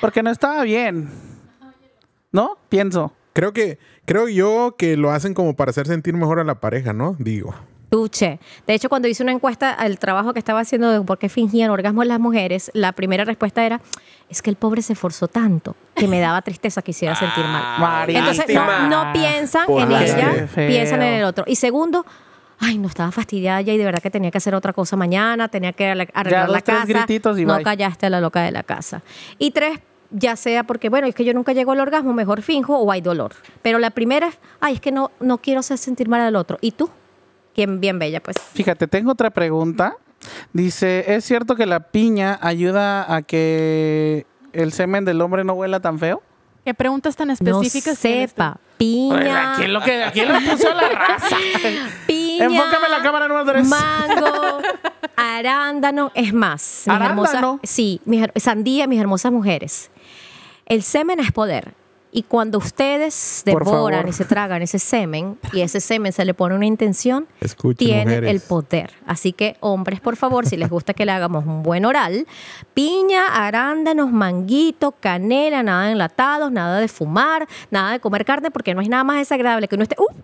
Porque no estaba bien. ¿No? Pienso.
Creo que, creo yo que lo hacen como para hacer sentir mejor a la pareja, ¿no? Digo.
Tuche. De hecho, cuando hice una encuesta al trabajo que estaba haciendo de por qué fingían orgasmos las mujeres, la primera respuesta era, es que el pobre se esforzó tanto que me daba tristeza que hiciera sentir mal.
María.
Entonces no, no piensan
Por
en
lástima.
ella,
Qué feo.
piensan en el otro. Y segundo, ay, no estaba fastidiada ya y de verdad que tenía que hacer otra cosa mañana, tenía que arreglar
Ya dos,
la
tres
casa.
grititos y
no
bye.
callaste a la loca de la casa. Y tres, ya sea porque, bueno, es que yo nunca llego al orgasmo, mejor finjo o hay dolor. Pero la primera es, ay, es que no, no quiero hacer sentir mal al otro. ¿Y tú? Quien bien bella, pues.
Fíjate, tengo otra pregunta. Dice, ¿es cierto que la piña ayuda a que el semen del hombre no huela tan feo?
¿Qué preguntas tan
No
específicas? este? tienes tú?
sepa, piña,
Aquí lo que aquí lo puso la raza.
piña,
Enfócame la cámara número tres.
mango, arándano, es más, mis
Arándano.
hermosas- sí, mis her- sandía, mis hermosas mujeres. El semen es poder. Y cuando ustedes
Por
devoran
favor.
y se tragan ese semen, y ese semen se le pone una intención,
Escuchen,
tiene
mujeres.
el poder. Así que, hombres, por favor, si les gusta que le hagamos un buen oral, piña, arándanos, manguito, canela, nada de enlatados, nada de fumar, nada de comer carne, porque no hay nada más desagradable que uno esté, ¡uh!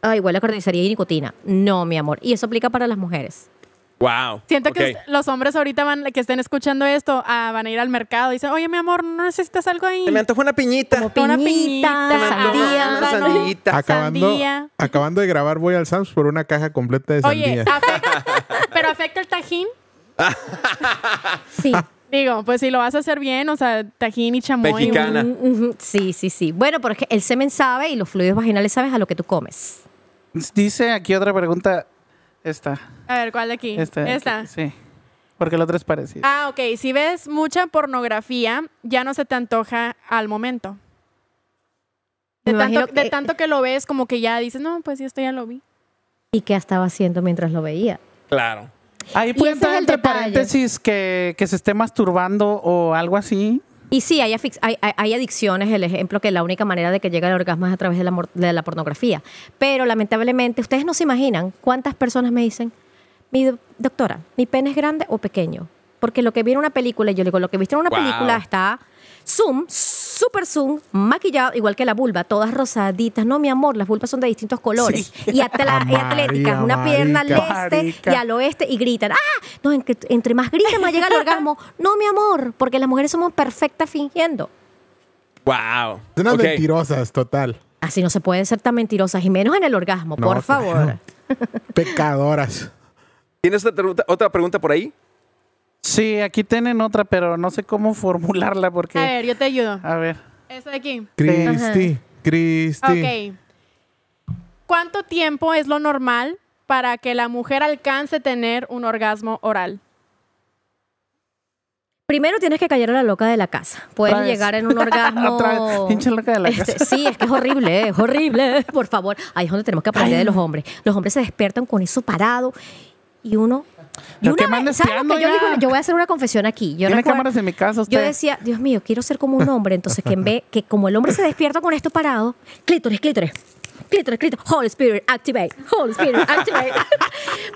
Ay, huele a carnicería y nicotina. No, mi amor. Y eso aplica para las mujeres.
Wow.
Siento
Ok.
que est- los hombres ahorita van, que estén escuchando esto, ah, van a ir al mercado y dicen, oye, mi amor, ¿no necesitas algo ahí?
Se me antojó una piñita.
Como
Una
piñita,
piñita,
sandía.
una
¿no?
sandía.
Ah,
Acabando,
Sandía.
acabando de grabar, voy al Sams por una caja completa de
Oye, ah,
sandía.
afecta- pero afecta el tajín.
Sí.
Digo, pues si lo vas a hacer bien, o sea, tajín y chamoy.
Mexicana.
Mm, ujú. Sí, sí, sí. Bueno, porque el semen sabe y los fluidos vaginales sabes a lo que tú comes.
Dice aquí otra pregunta. Esta.
A ver, ¿cuál de aquí?
Esta. aquí,
Esta.
Sí. Porque la otra es parecida.
Ah, ok. Si ves mucha pornografía, ya no se te antoja al momento. De,
Me
tanto,
imagino
de
que-
tanto que lo ves, como que ya dices, no, pues sí, esto ya lo vi.
¿Y qué estaba haciendo mientras lo veía?
Claro.
Ahí puede
ese es
entrar
el
entre
detalle.
paréntesis que, que se esté masturbando o algo así.
Y sí, hay, afix- hay, hay- hay adicciones, el ejemplo que la única manera de que llegue al orgasmo es a través de la, mor- de la pornografía. Pero lamentablemente, ustedes no se imaginan cuántas personas me dicen, mi do- doctora, ¿mi pene es grande o pequeño? Porque lo que vi en una película, y yo le digo, lo que viste en una
Wow.
película está zoom, super zoom, maquillado, igual que la vulva, todas rosaditas. No, mi amor, las vulvas son de distintos colores. Y, atla- y atléticas, una pierna al
Marica.
este y
Marica.
al oeste y gritan. ¡Ah! No, en que- entre, más gritan, más llega el orgasmo. No, mi amor, porque las mujeres somos perfectas fingiendo.
Wow.
Son unas
Ok.
mentirosas, total.
Así no se pueden ser tan mentirosas y menos en el orgasmo,
No,
por favor.
claro. Pecadoras.
¿Tienes otra pregunta, otra pregunta por ahí?
Sí, aquí tienen otra, pero no sé cómo formularla porque.
Ah.
A ver, yo te ayudo.
A ver.
Esta de aquí.
Cristi. Cristi.
Ok. ¿Cuánto tiempo es lo normal para que la mujer alcance tener un orgasmo oral?
Primero tienes que callar a la loca de la casa. Puedes
Otra vez.
llegar en un
Otra vez,
orgasmo.
pinche loca de la
Este, sí, es que es horrible, eh, es horrible. Por favor, ahí es donde tenemos que aprender de los hombres. Los hombres se despiertan con eso parado y uno. Y
Pero que
una
manden
vez, ¿sabes lo
espiando
que yo,
ya.
digo? yo voy a hacer una confesión aquí. Yo
Tiene
recuerdo-
cámaras en mi casa usted.
Yo decía, Dios mío, quiero ser como un hombre. Entonces, que en vez, que como el hombre se despierta con esto parado, clítoris, clítoris. Clítoris, clítoris. Holy Spirit, activate. Holy Spirit, activate.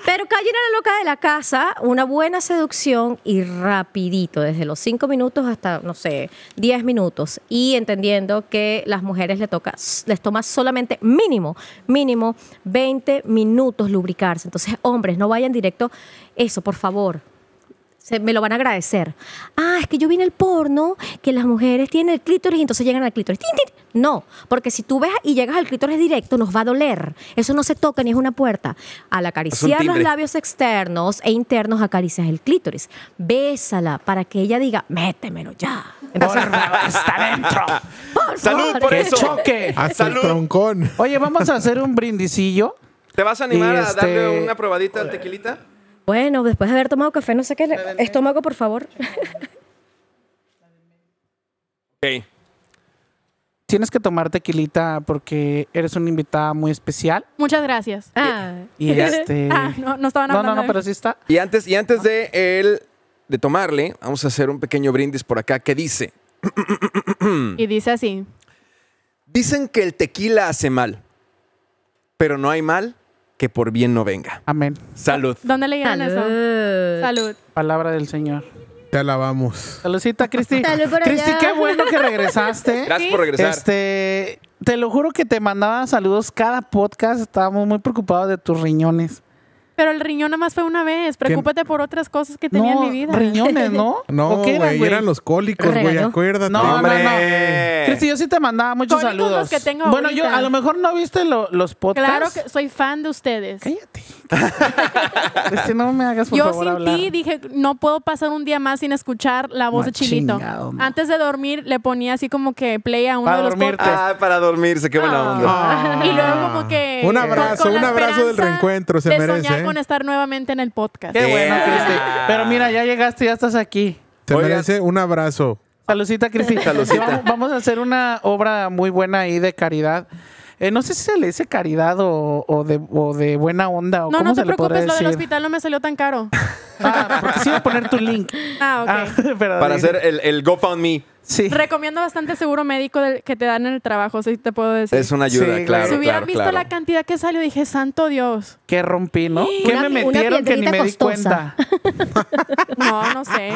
Pero cayen a la loca de la casa, una buena seducción y rapidito, desde los 5 minutos hasta, no sé, 10 minutos. Y entendiendo que las mujeres le toca, les toma solamente mínimo, mínimo 20 minutos lubricarse. Entonces, hombres, no vayan directo. Eso, por favor. Se- me lo van a agradecer. Ah, es que yo vi en el porno que las mujeres tienen el clítoris y entonces llegan al clítoris. ¡Tin, tin! No, porque si tú ves y llegas al clítoris directo, nos va a doler. Eso no se toca ni es una puerta. Al acariciar los
timbre.
labios externos e internos, acaricias el clítoris. Bésala para que ella diga, métemelo ya. Entonces,
Está dentro.
por
Salud
favor.
por
¡Que
eso.
choque!
Hasta el troncón.
Oye, vamos a hacer un brindicillo.
¿Te vas a animar a
Este-
darle una probadita al tequilita?
Bueno, después de haber tomado café, no sé qué. le- Estómago, por favor.
Ok.
Tienes que tomar tequilita porque eres una invitada muy especial.
Muchas gracias.
Ah.
Y este.
Ah, no, no estaban
No,
hablando.
no, no,
de-
pero sí está.
Y antes, y antes de él de tomarle, vamos a hacer un pequeño brindis por acá que dice:
Y dice así.
Dicen que el tequila hace mal, pero no hay mal que por bien no venga.
Amén.
Salud.
¿Dónde leyeron eso?
Salud.
Salud.
Palabra del Señor.
Te alabamos.
Saludcita, Cristi.
Salud por allá.
Cristi, qué bueno que regresaste.
Gracias por regresar.
¿eh? Este, te lo juro que te mandaba saludos cada podcast. Estábamos muy preocupados de tus riñones.
Pero el riñón nada más fue una vez. Preocúpate por otras cosas que tenía
no,
en mi vida.
riñones, ¿no?
No,
¿O qué
güey,
eran,
eran,
güey?
los cólicos, güey,
Regañó.
acuérdate.
No, no,
¡Hombre!
no. Cristi, yo sí te mandaba muchos
Cólicos los
saludos.
que tengo
bueno, yo
ahorita.
a lo mejor no viste lo- los
Claro
podcasts.
que soy fan de ustedes.
Cállate. Cristi, no me hagas por
Yo
favor
sin
hablar.
ti dije, no puedo pasar un día más sin escuchar la voz
No,
de Chilito.
chingado, no.
Antes de dormir le ponía así como que play a uno
Para
de los
dormirte.
podcasts.
Ah, para dormirse, qué buena
este. Ah.
onda.
Y luego como que...
Ah. Un
con-
abrazo,
con la
un abrazo del
esperanza
reencuentro, se
de
merece.
soñar
¿eh?
con estar nuevamente en el podcast.
Eh.
Qué bueno,
Yeah.
Cristi. Pero mira, ya llegaste, ya estás aquí.
Se
Oigan.
merece un abrazo.
Salucita, Cristi.
Salucita.
Sí, Vamos, vamos a hacer una obra muy buena ahí de caridad. Eh, no sé si se le dice caridad o, o de, o de buena onda o
No,
cómo
no te
se le podrá
preocupes, lo del
decir.
hospital no me salió tan caro.
Ah, porque sí iba a poner tu link.
Ah, ok.
Ah, pero
Para
dice-
hacer el, el GoFundMe.
Sí.
Recomiendo bastante el seguro médico del- que te dan en el trabajo, si te puedo decir.
Es una ayuda,
Sí,
claro.
si hubieran
claro,
visto
claro.
la cantidad que salió, dije, santo Dios.
Que rompí, ¿no? Que
Una-
me
una
metieron que ni me
piedrita
di
costosa.
cuenta.
No, no sé.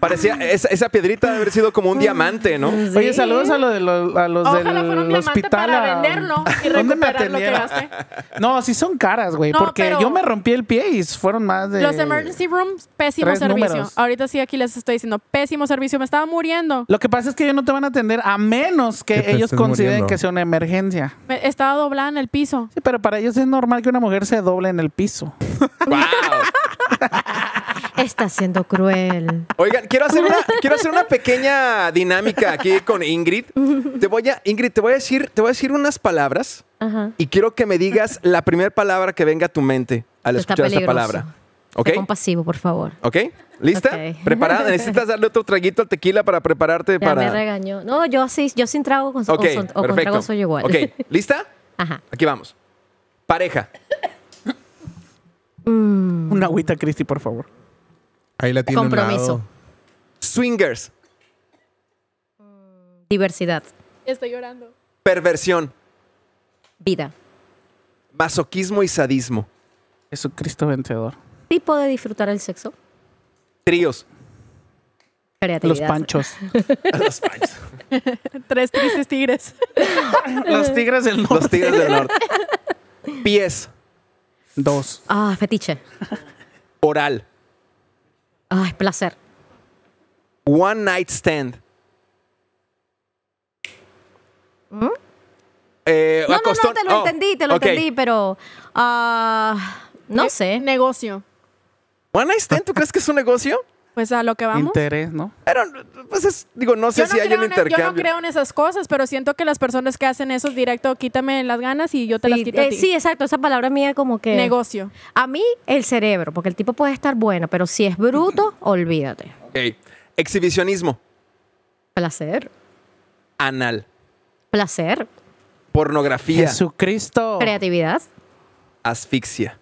Parecía,
Ah.
esa, esa piedrita debe haber sido como un diamante, ¿no?
Oye, saludos a, lo de los, a los
Ojalá
del
fuera un diamante
Pues hospital.
para
a-
venderlo y
¿Dónde me
recuperar lo que
atendieron?
gasté.
No, sí son caras, güey.
No,
porque
pero-
yo me rompí el pie y fueron más de.
Los emergency rooms, pésimo
tres
servicio.
números.
Ahorita sí aquí les estoy diciendo, pésimo servicio, me estaba muriendo.
Lo que pasa es que ellos no te van a atender a menos que,
Que te
ellos
estés
consideren
muriendo.
que sea una emergencia.
Me- estaba doblada en el piso.
Sí, pero para ellos es normal que una mujer se doble en el piso.
¡Wow!
Está siendo cruel.
Oigan, quiero hacer, una, quiero hacer una pequeña dinámica aquí con Ingrid. Te voy a, Ingrid, te voy a decir, te voy a decir unas palabras
Ajá.
y quiero que me digas la primera palabra que venga a tu mente al
Está
escuchar esta
peligroso.
palabra. ¿Ok?
Sé compasivo, por favor.
¿Ok? ¿Lista?
Ok.
¿Preparada? Necesitas darle otro traguito al tequila para prepararte
Ya me
para.
regañó. No, yo así, yo sin trago con,
Ok,
o, son- o con
perfecto.
trago soy igual.
Ok, ¿lista?
Ajá.
Aquí vamos. Pareja.
Mm.
Una agüita, Cristi, por favor.
Ahí la tiene un
Compromiso.
lado.
Swingers.
Diversidad.
Estoy llorando.
Perversión.
Vida.
Masoquismo y sadismo.
Jesucristo vencedor.
Tipo de disfrutar el sexo.
Tríos.
Creatividad.
Los panchos.
Tres tristes tigres.
Los tigres del norte.
Los tigres del norte. Pies.
Dos.
Ah, fetiche.
Oral.
Ah, es placer.
One night stand. Eh,
No, no, no,
acostón-
te lo
oh,
entendí, te lo
ok.
entendí, pero. ah, no sé.
Negocio.
Eh,
One night stand, ¿tú crees que es un negocio?
Pues a lo que vamos.
interés, ¿no?
Pero, pues es, digo, no sé
Yo no,
si hay
creo
un
en, yo no
intercambio.
creo en esas cosas, pero siento que las personas que hacen eso es directo, quítame las ganas y yo te las
Sí,
quito a
eh,
ti.
sí, exacto, esa palabra mía como que...
Negocio.
A mí, el cerebro, porque el tipo puede estar bueno, pero si es bruto, olvídate.
Ey, Exhibicionismo,
Placer,
anal,
placer,
pornografía, Oh.
Jesucristo.
creatividad,
asfixia.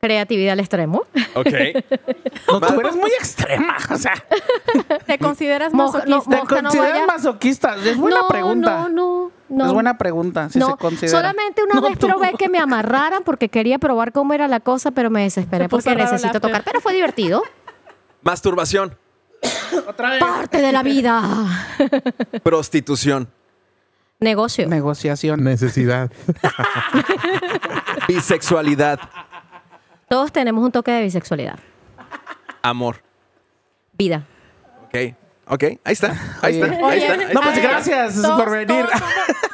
creatividad al extremo,
Ok.
No, tú eres muy extrema. O sea,
¿Te consideras
Moja-
masoquista?
no,
¿te
Mosca,
consideras
vaya.
masoquista? Es buena
no,
pregunta.
No, no, no.
Es buena pregunta, si
no,
se considera.
solamente una
No,
vez
tú.
probé que me amarraran porque quería probar cómo era la cosa, pero me desesperé
Se puso
porque
raro el
necesito
after.
tocar. Pero fue divertido.
Masturbación,
Otra vez.
Parte de la vida.
prostitución,
Negocio.
Negociación.
Necesidad.
bisexualidad,
Todos tenemos un toque de bisexualidad.
amor.
Vida.
Ok. Ok, ahí está. Ahí está.
Oye.
Ahí está. ahí
No,
está.
pues gracias por venir.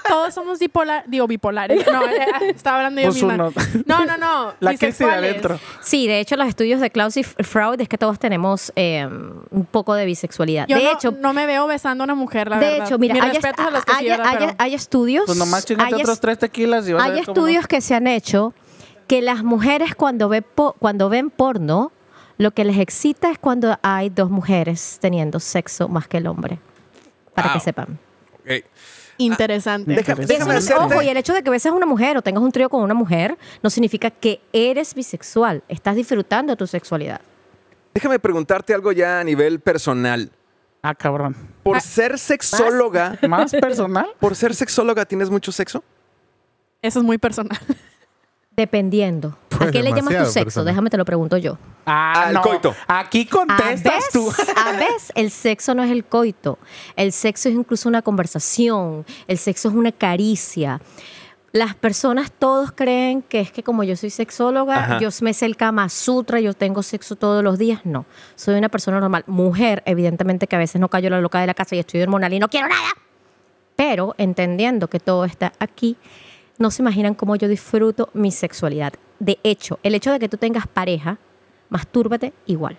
Todos somos, todos somos bipolar- digo, bipolares. No, eh, estaba hablando yo
Pues
misma.
uno.
No, no, no.
La crisis de
bisexuales.
adentro.
Sí, de hecho, los estudios de Klaus y F- Freud es que todos tenemos eh, un poco de bisexualidad.
Yo
de
no,
hecho,
no me veo besando a una mujer, la
de
verdad.
hecho, mira,
Mis
hay,
respetos a los que sí,
hay-
¿verdad?
hay-
Pero-
hay estudios.
Pues nomás chingate
hay
otros
est-
tres tequilas y vas a
Hay
ver cómo no.
estudios que se han hecho que las mujeres cuando, ve po- cuando ven porno, lo que les excita es cuando hay dos mujeres teniendo sexo más que el hombre. Para que
Wow.
sepan.
Ok.
Interesante.
Deja-
Y eso
déjame
no-
hacerte.
ojo, y el hecho de que beses a una mujer o tengas un trío con una mujer no significa que eres bisexual. Estás disfrutando de tu sexualidad.
Déjame preguntarte algo ya a nivel personal.
Ah, cabrón.
Por ser sexóloga,
¿Más personal?
por ser sexóloga, ¿tienes mucho sexo?
Eso es muy personal.
Dependiendo. ¿A
Pues
qué le llamas tu
demasiado
sexo?
personal.
Déjame te lo pregunto yo.
Ah,
Al
no.
coito.
Aquí
A
contestas
veces,
tú.
a veces el sexo no es el coito. El sexo es incluso una conversación. El sexo es una caricia. Las personas todos creen que es que como yo soy sexóloga,
Ajá.
yo me sé el Kama Sutra, yo tengo sexo todos los días. No, soy una persona normal. Mujer, evidentemente que a veces no callo la loca de la casa y estoy hormonal y no quiero nada. Pero entendiendo que todo está aquí, no se imaginan cómo yo disfruto mi sexualidad. De hecho, el hecho de que tú tengas pareja, mastúrbate igual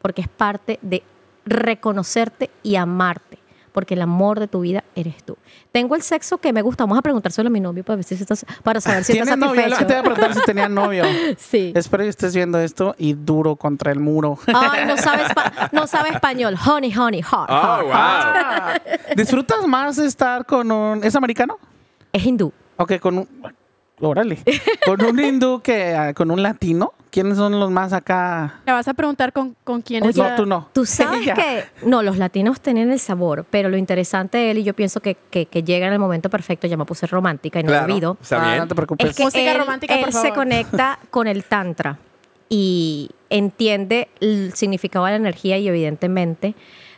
porque es parte de reconocerte y amarte, porque el amor de tu vida eres tú. Tengo el sexo que me gusta, vamos a preguntárselo a mi novio para, ver si está- para saber si está
¿Tiene novio? Lo que
satisfecho.
Te voy a preguntar si tenía novio.
Sí.
Espero que estés viendo esto y duro contra el muro.
Ay, no sabe, espa- no sabe español. Honey, honey, hot, hot.
wow.
Ah, ¿Disfrutas más estar con un... ¿Es americano?
Es hindú.
Ok, con un... Órale. ¿Con un hindú que... ah, con un latino? ¿Quiénes son los más acá?
Le vas a preguntar con, con quién es.
Oye,
la-
No, tú no.
Tú sabes
Ella.
que. No, los latinos tienen el sabor, pero lo interesante de él, y yo pienso que, que, que llega en el momento perfecto, ya me puse romántica y no
Claro,
lo olvido.
Está
Ah,
bien.
no te preocupes.
Es que
Música
él,
romántica,
él
por
se
favor.
conecta con el tantra y entiende el significado de la energía y evidentemente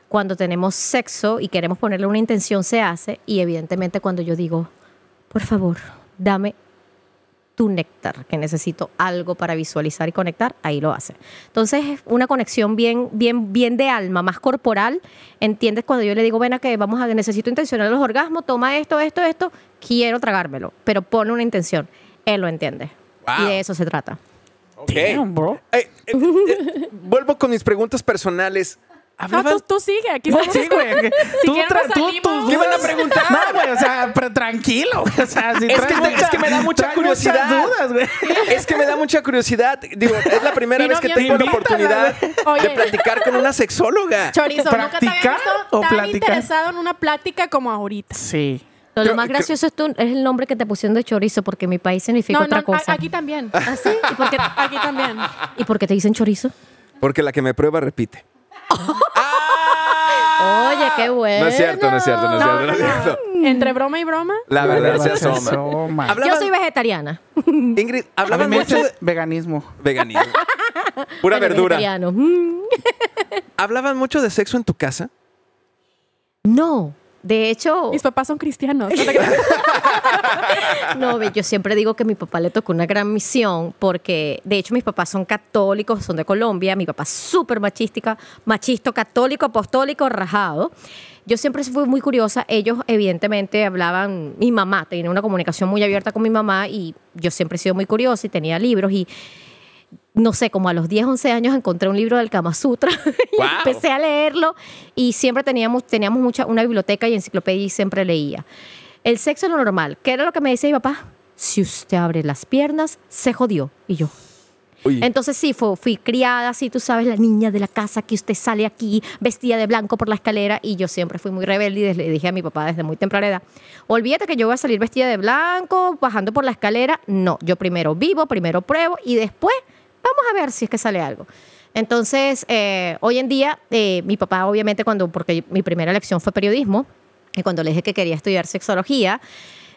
cuando tenemos sexo y queremos ponerle una intención se hace y evidentemente cuando yo digo, por favor, dame tu néctar, que necesito algo para visualizar y conectar, ahí lo hace. Entonces, es una conexión bien, bien, bien de alma, más corporal. ¿Entiendes? Cuando yo le digo, ven a que vamos a, necesito intencionar los orgasmos, toma esto, esto, esto, quiero tragármelo, pero pone una intención. Él lo entiende.
Wow.
Y de eso se trata.
Ok.
Damn, bro.
Eh, eh, eh, vuelvo con mis preguntas personales.
No,
Hablaban-
tú, tú sigue. Aquí
No,
estamos
sí, güey. tú,
quieren
tra-
nos
tú,
salimos.
tú,
¿Qué
van a preguntar?
No, güey, o sea, pero tranquilo. güey, O sea, si
Es
traes
que te- es que me da mucha
traes
curiosidad.
Muchas dudas, güey.
Es que me da mucha curiosidad. Digo, es la primera
Vino
vez que
bien
tengo la
invítala.
oportunidad de
Oye.
platicar con una sexóloga.
Chorizo, nunca te había
¿Practicar
visto
o
tan
platicar?
interesado en una plática como ahorita.
Sí.
Lo,
Creo-
más
creo-
gracioso es, tú- es el nombre que te pusieron de chorizo, porque en mi país significa
No, no,
otra
a-
cosa.
aquí también.
¿Ah, sí? ¿Y por, qué,
Aquí también.
Mm.
y por qué te dicen chorizo?
Porque la que me prueba repite. Ah.
Oye, qué bueno.
No es cierto, no es cierto, no es
No,
cierto.
no,
No es cierto.
no. Entre broma y broma.
La verdad se
Se
asoma.
asoma.
Yo
Hablaban-
soy vegetariana.
Ingrid,
A mí
hablaban
me
mucho
echas
de
veganismo.
veganismo. Pura
Bueno,
verdura.
vegetariano. Mm.
¿Hablaban mucho de sexo en tu casa?
No. De hecho,
Mis papás son cristianos. No te
no, ve, yo siempre digo que mi papá le tocó una gran misión porque, de hecho, mis papás son católicos, son de Colombia, mi papá es súper machística, machisto, católico, apostólico, rajado. Yo siempre fui muy curiosa, ellos evidentemente hablaban, mi mamá tenía una comunicación muy abierta con mi mamá y yo siempre he sido muy curiosa y tenía libros y no sé, como a los 10, 11 años encontré un libro del Kama Sutra y
Wow.
empecé a leerlo y siempre teníamos, teníamos mucha, una biblioteca y enciclopedia y siempre leía. El sexo es lo normal. ¿Qué era lo que me decía mi papá? Si usted abre las piernas, se jodió. Y yo,
Uy,
entonces sí, fu- fui criada así, tú sabes, la niña de la casa que usted sale aquí vestida de blanco por la escalera y yo siempre fui muy rebelde y des- le dije a mi papá desde muy temprana edad, olvídate que yo voy a salir vestida de blanco, bajando por la escalera. No, yo primero vivo, primero pruebo y después vamos a ver si es que sale algo. Entonces, eh, hoy en día, eh, mi papá obviamente cuando, porque mi primera elección fue periodismo, y eh, cuando le dije que quería estudiar sexología,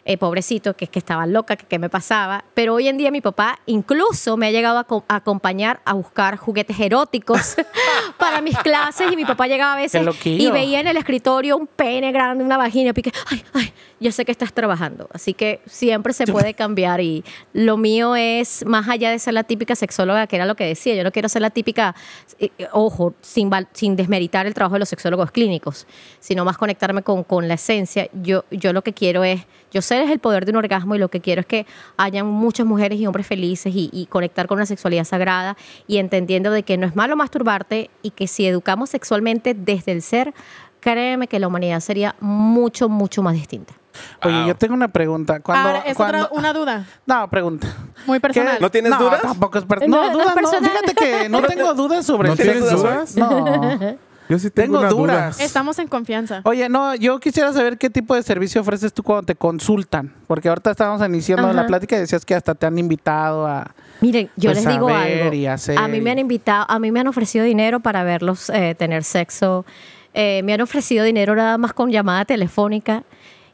eh, pobrecito, que es que estaba loca, que qué me pasaba. Pero hoy en día mi papá incluso me ha llegado a, co- a acompañar a buscar juguetes eróticos para mis clases y mi papá llegaba a veces
Qué loquillo.
y veía en el escritorio un pene grande, una vagina, y que, ay, ay, yo sé que estás trabajando. Así que siempre se puede cambiar y lo mío es, más allá de ser la típica sexóloga, que era lo que decía, yo no quiero ser la típica, eh, eh, ojo, sin, val- sin desmeritar el trabajo de los sexólogos clínicos, sino más conectarme con, con la esencia. Yo, yo lo que quiero es, yo sé es el poder de un orgasmo y lo que quiero es que hayan muchas mujeres y hombres felices y, y conectar con una sexualidad sagrada y entendiendo de que no es malo masturbarte y que si educamos sexualmente desde el ser, créeme que la humanidad sería mucho, mucho más distinta.
Oye,
Wow.
yo tengo una pregunta. Cuando,
Ahora, es
cuando-
otra, una duda
No, pregunta.
muy personal.
¿No tienes dudas?
Tampoco es per-
No,
No,
no
dudas
es
no.
personal.
Fíjate que no tengo dudas sobre
¿No
el
tienes
sexo.
dudas?
No.
Yo sí
Tengo
tengo, una duda.
dudas.
Estamos en confianza.
Oye, no, yo quisiera saber qué tipo de servicio ofreces tú cuando te consultan. Porque ahorita estábamos iniciando la
Ajá.
plática y decías que hasta te han invitado a.
Miren, yo
Pues
les digo
saber
algo.
y hacer
A mí me han
y-
invitado, a mí me han ofrecido dinero para verlos eh, tener sexo. Eh, me han ofrecido dinero nada más con llamada telefónica.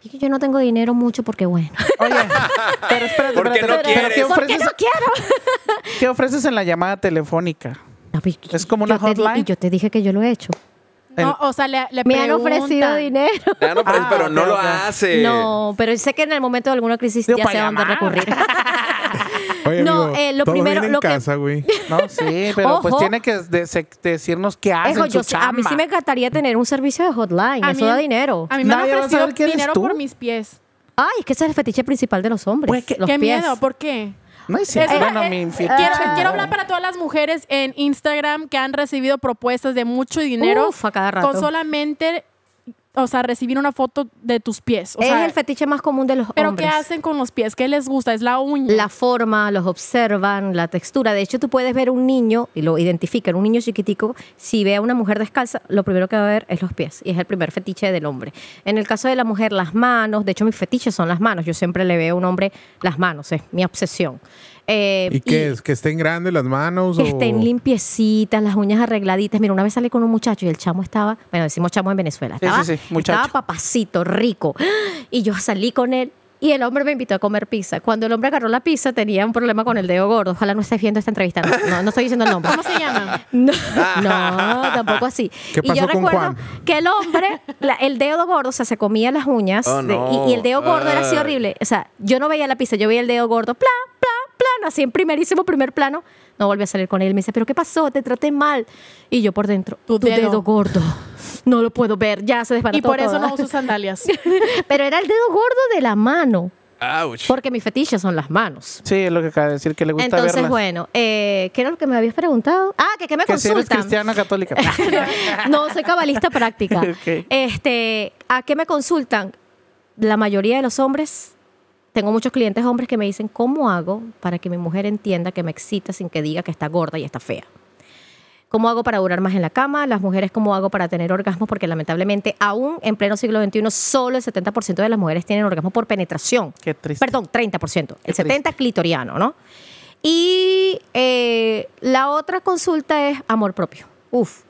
Y que yo no tengo dinero mucho porque bueno.
Oye, pero espérate,
¿Por qué
espérate.
no
pero- pero
¿Por
quieres?
¿qué
qué
ofreces,
no quiero?
qué ofreces en la llamada telefónica?
No, pero
Es como una
yo te di-
hotline.
y yo te dije que yo lo he hecho.
No, o sea, le, le
Me han
preguntan.
ofrecido dinero.
ya no parece,
Ah,
pero
ok,
no lo
ok.
hace.
No, pero sé que en el momento de alguna crisis
Eh. Digo,
ya
para
sé a dónde
llamar.
recurrir.
Oye,
no,
amigo,
eh, lo
todo
primero,
viene en
lo que
casa, güey.
No, sí, pero pues
Ojo.
tiene que dese- decirnos qué hace
Ejo,
en su
yo sí- a mí
chamba.
sí me encantaría tener un servicio de hotline.
A
eso
mí-
da dinero.
A mí me
Nadie va
han
a
ofrecido
saber quién eres
dinero
tú.
por mis pies.
Ay, es que ese es el fetiche principal de los hombres.
Pues, ¿qué-
los
Qué
pies.
miedo, ¿por qué?
No es cierto.
Es-
Bueno,
eh,
mi
eh,
infiel-
quiero,
Ah.
quiero hablar para todas las mujeres en Instagram que han recibido propuestas de mucho dinero
Uf, a cada rato.
con solamente, o sea, recibir una foto de tus pies. O
es
sea,
el fetiche más común de los
pero
hombres.
¿qué hacen con los pies? ¿Qué les gusta? ¿Es la uña?
La forma, los observan, la textura. De hecho, tú puedes ver un niño y lo identifican, un niño chiquitico. Si ve a una mujer descalza, lo primero que va a ver es los pies. Y es el primer fetiche del hombre. En el caso de la mujer, las manos. De hecho, mis fetiches son las manos. Yo siempre le veo a un hombre las manos. Es mi obsesión. Eh,
¿Y qué es? ¿Que estén grandes las manos?
Que
o-
estén limpiecitas, las uñas arregladitas. Mira, una vez salí con un muchacho y el chamo estaba, bueno, decimos chamo en Venezuela,
Sí,
estaba,
sí, sí, muchacho.
estaba papacito, rico. Y yo salí con él y el hombre me invitó a comer pizza. Cuando el hombre agarró la pizza tenía un problema con el dedo gordo. Ojalá no estés viendo esta entrevista. No, no, no estoy diciendo el nombre.
¿Cómo se llama?
No, no, tampoco así.
¿Qué
y yo
pasó con
recuerdo
Juan?
que el hombre, la- el dedo gordo, o sea, se comía las uñas
Oh,
de-
no.
y, y el dedo gordo era así
Ay.
horrible. O sea, yo no veía la pizza, yo veía el dedo gordo, plan, plan, plan, así en primerísimo primer plano. No volví a salir con él. Me dice, ¿pero qué pasó? Te traté mal. Y yo por dentro, tu,
Tu
dedo.
dedo.
gordo. No lo puedo ver, ya se desbarató
Y por eso
todo.
no uso sandalias.
Pero era el dedo gordo de la mano,
Ouch.
porque mis fetiches son las manos.
Sí, es lo que acaba de decir, que le gusta
Entonces,
verlas.
bueno, eh, ¿qué era lo que me habías preguntado? Ah, que qué me
que si eres
consultan.
cristiana católica.
no, soy cabalista práctica.
Ok.
Este, ¿a qué me consultan? La mayoría de los hombres, tengo muchos clientes hombres que me dicen, ¿cómo hago para que mi mujer entienda que me excita sin que diga que está gorda y está fea? ¿Cómo hago para durar más en la cama? Las mujeres, ¿cómo hago para tener orgasmos? Porque lamentablemente, aún en pleno siglo XXI, solo el 70% de las mujeres tienen orgasmo por penetración.
Qué triste.
Perdón, 30%.
Qué
El
triste.
70% clitoriano, ¿no? Y eh, la otra consulta es amor propio. Uf.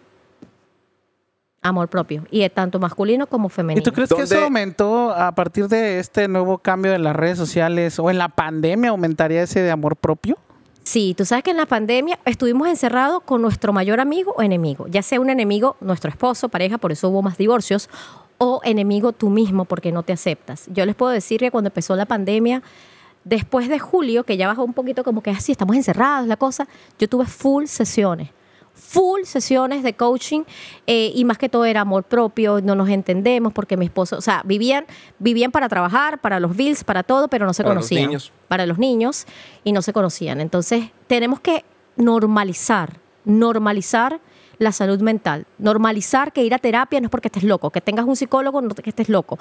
Amor propio. Y es tanto masculino como femenino.
¿Y tú crees que
¿Dónde-
eso aumentó a partir de este nuevo cambio de las redes sociales o en la pandemia aumentaría ese de amor propio?
Sí, tú sabes que en la pandemia estuvimos encerrados con nuestro mayor amigo o enemigo, ya sea un enemigo, nuestro esposo, pareja, por eso hubo más divorcios, o enemigo tú mismo porque no te aceptas. Yo les puedo decir que cuando empezó la pandemia, después de julio, que ya bajó un poquito como que así, estamos encerrados, la cosa, yo tuve full sesiones. Full sesiones de coaching eh, y más que todo era amor propio, no nos entendemos porque mi esposo, o sea, vivían, vivían para trabajar, para los bills, para todo, pero no se
Para los
conocían
niños.
para los niños y no se conocían. Entonces, tenemos que normalizar, normalizar la salud mental, normalizar que ir a terapia no es porque estés loco, que tengas un psicólogo no es que estés loco,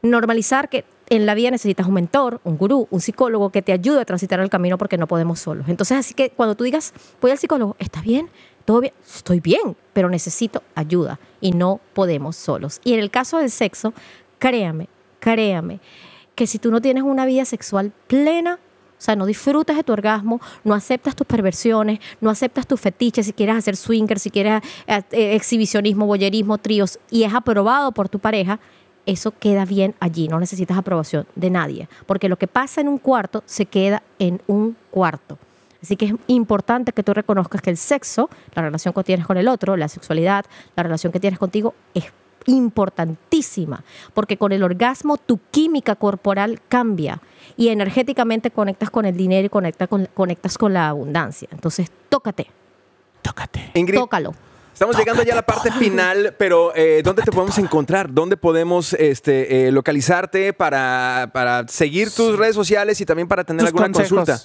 normalizar que en la vida necesitas un mentor, un gurú, un psicólogo que te ayude a transitar el camino porque no podemos solos. Entonces, así que cuando tú digas, voy al psicólogo, ¿estás bien? ¿Todo bien? Estoy bien, pero necesito ayuda y no podemos solos. Y en el caso del sexo, créame, créame, que si tú no tienes una vida sexual plena, o sea, no disfrutas de tu orgasmo, no aceptas tus perversiones, no aceptas tus fetiches, si quieres hacer swinger, si quieres eh, eh, exhibicionismo, boyerismo, tríos, y es aprobado por tu pareja, eso queda bien allí, no necesitas aprobación de nadie, porque lo que pasa en un cuarto se queda en un cuarto. Así que es importante que tú reconozcas que el sexo, la relación que tienes con el otro, la sexualidad, la relación que tienes contigo, es importantísima, porque con el orgasmo tu química corporal cambia y energéticamente conectas con el dinero y conecta con- conectas con la abundancia. Entonces, tócate,
Tócate.
Ingrid,
tócalo.
Estamos llegando ya a la parte final, pero eh, ¿dónde te podemos encontrar? ¿Dónde podemos este, eh, localizarte para, para seguir tus redes sociales y también para tener
Tus
alguna
consejos.
consulta?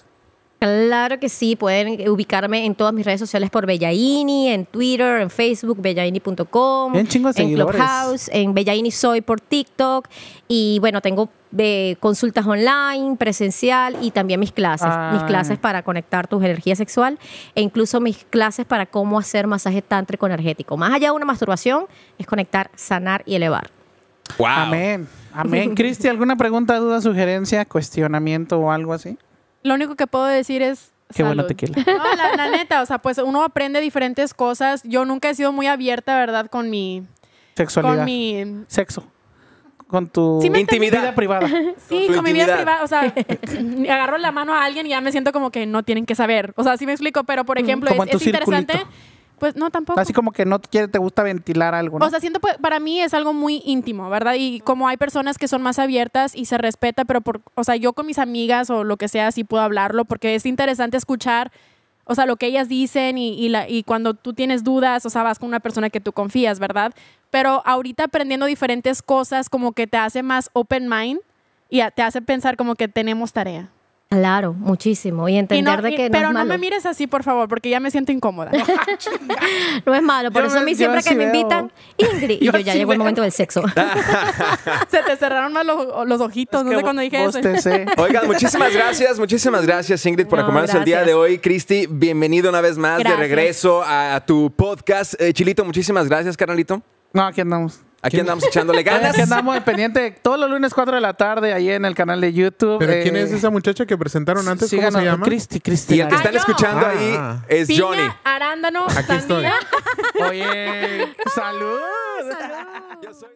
Claro que sí, pueden eh, ubicarme en todas mis redes sociales por Bellaini, en Twitter, en Facebook, bellaini.com,
Bien chingo de
en
seguidores.
Clubhouse, en Bellaini Soy por TikTok y bueno, tengo eh, consultas online, presencial y también mis clases,
Ah.
mis clases para conectar tu energía sexual e incluso mis clases para cómo hacer masaje tántrico energético. Más allá de una masturbación, es conectar, sanar y elevar.
¡Wow!
Amén. Amén. Cristi, ¿alguna pregunta, duda, sugerencia, cuestionamiento o algo así?
Lo único que puedo decir es.
Qué bueno
salud.
tequila.
No, la, la neta, o sea, pues uno aprende diferentes cosas. Yo nunca he sido muy abierta, ¿verdad? Con mi.
Sexualidad.
Con mi.
Sexo. Con tu
Sí me
Intimidad.
vida privada.
Sí,
tu
con mi vida
intimidad.
privada. O sea, agarro la mano a alguien y ya me siento como que no tienen que saber. O sea, sí me explico, pero por ejemplo,
Como
es,
en tu
es interesante.
circulito.
Pues no, tampoco.
Así como que no te, quiere, te gusta ventilar algo. ¿no?
O sea, siento pues, para mí es algo muy íntimo, ¿verdad? Y como hay personas que son más abiertas y se respeta, pero por, o sea, yo con mis amigas o lo que sea sí puedo hablarlo porque es interesante escuchar, o sea, lo que ellas dicen y, y la- y cuando tú tienes dudas, o sea, vas con una persona que tú confías, ¿verdad? Pero ahorita aprendiendo diferentes cosas como que te hace más open mind y a- te hace pensar como que tenemos tarea.
Claro, muchísimo. Y
Y no-
entender de
y-
que no
pero
es
no
malo.
me mires así, por favor, porque ya me siento incómoda.
No es malo, por
Yo
eso a
me-
mí
yo
siempre que
sí
me
veo.
invitan, Ingrid, y
Yo
yo, ya
sí
llegó el
veo.
momento del sexo.
Se te cerraron más los, los ojitos, no sé cuándo dije eso.
Bostecé.
Oigan, muchísimas gracias, muchísimas gracias Ingrid por
No,
acompañarnos el día
gracias.
de hoy. Cristi, bienvenido una vez más
Gracias.
de regreso a tu podcast. Eh, Chilito, muchísimas gracias, carnalito.
No, aquí andamos.
Aquí andamos echándole ganas.
Aquí andamos pendiente todos los lunes 4 de la tarde ahí en el canal de YouTube.
¿Pero
Eh,
quién es esa muchacha que presentaron antes? ¿Cómo
síganos,
se llama?
Cristi, Cristi.
Y el que
Ah,
están
yo.
escuchando
Ah.
ahí es
Piña,
Johnny.
arándano,
Aquí estoy.
sandía.
Oye, salud.
Yo soy-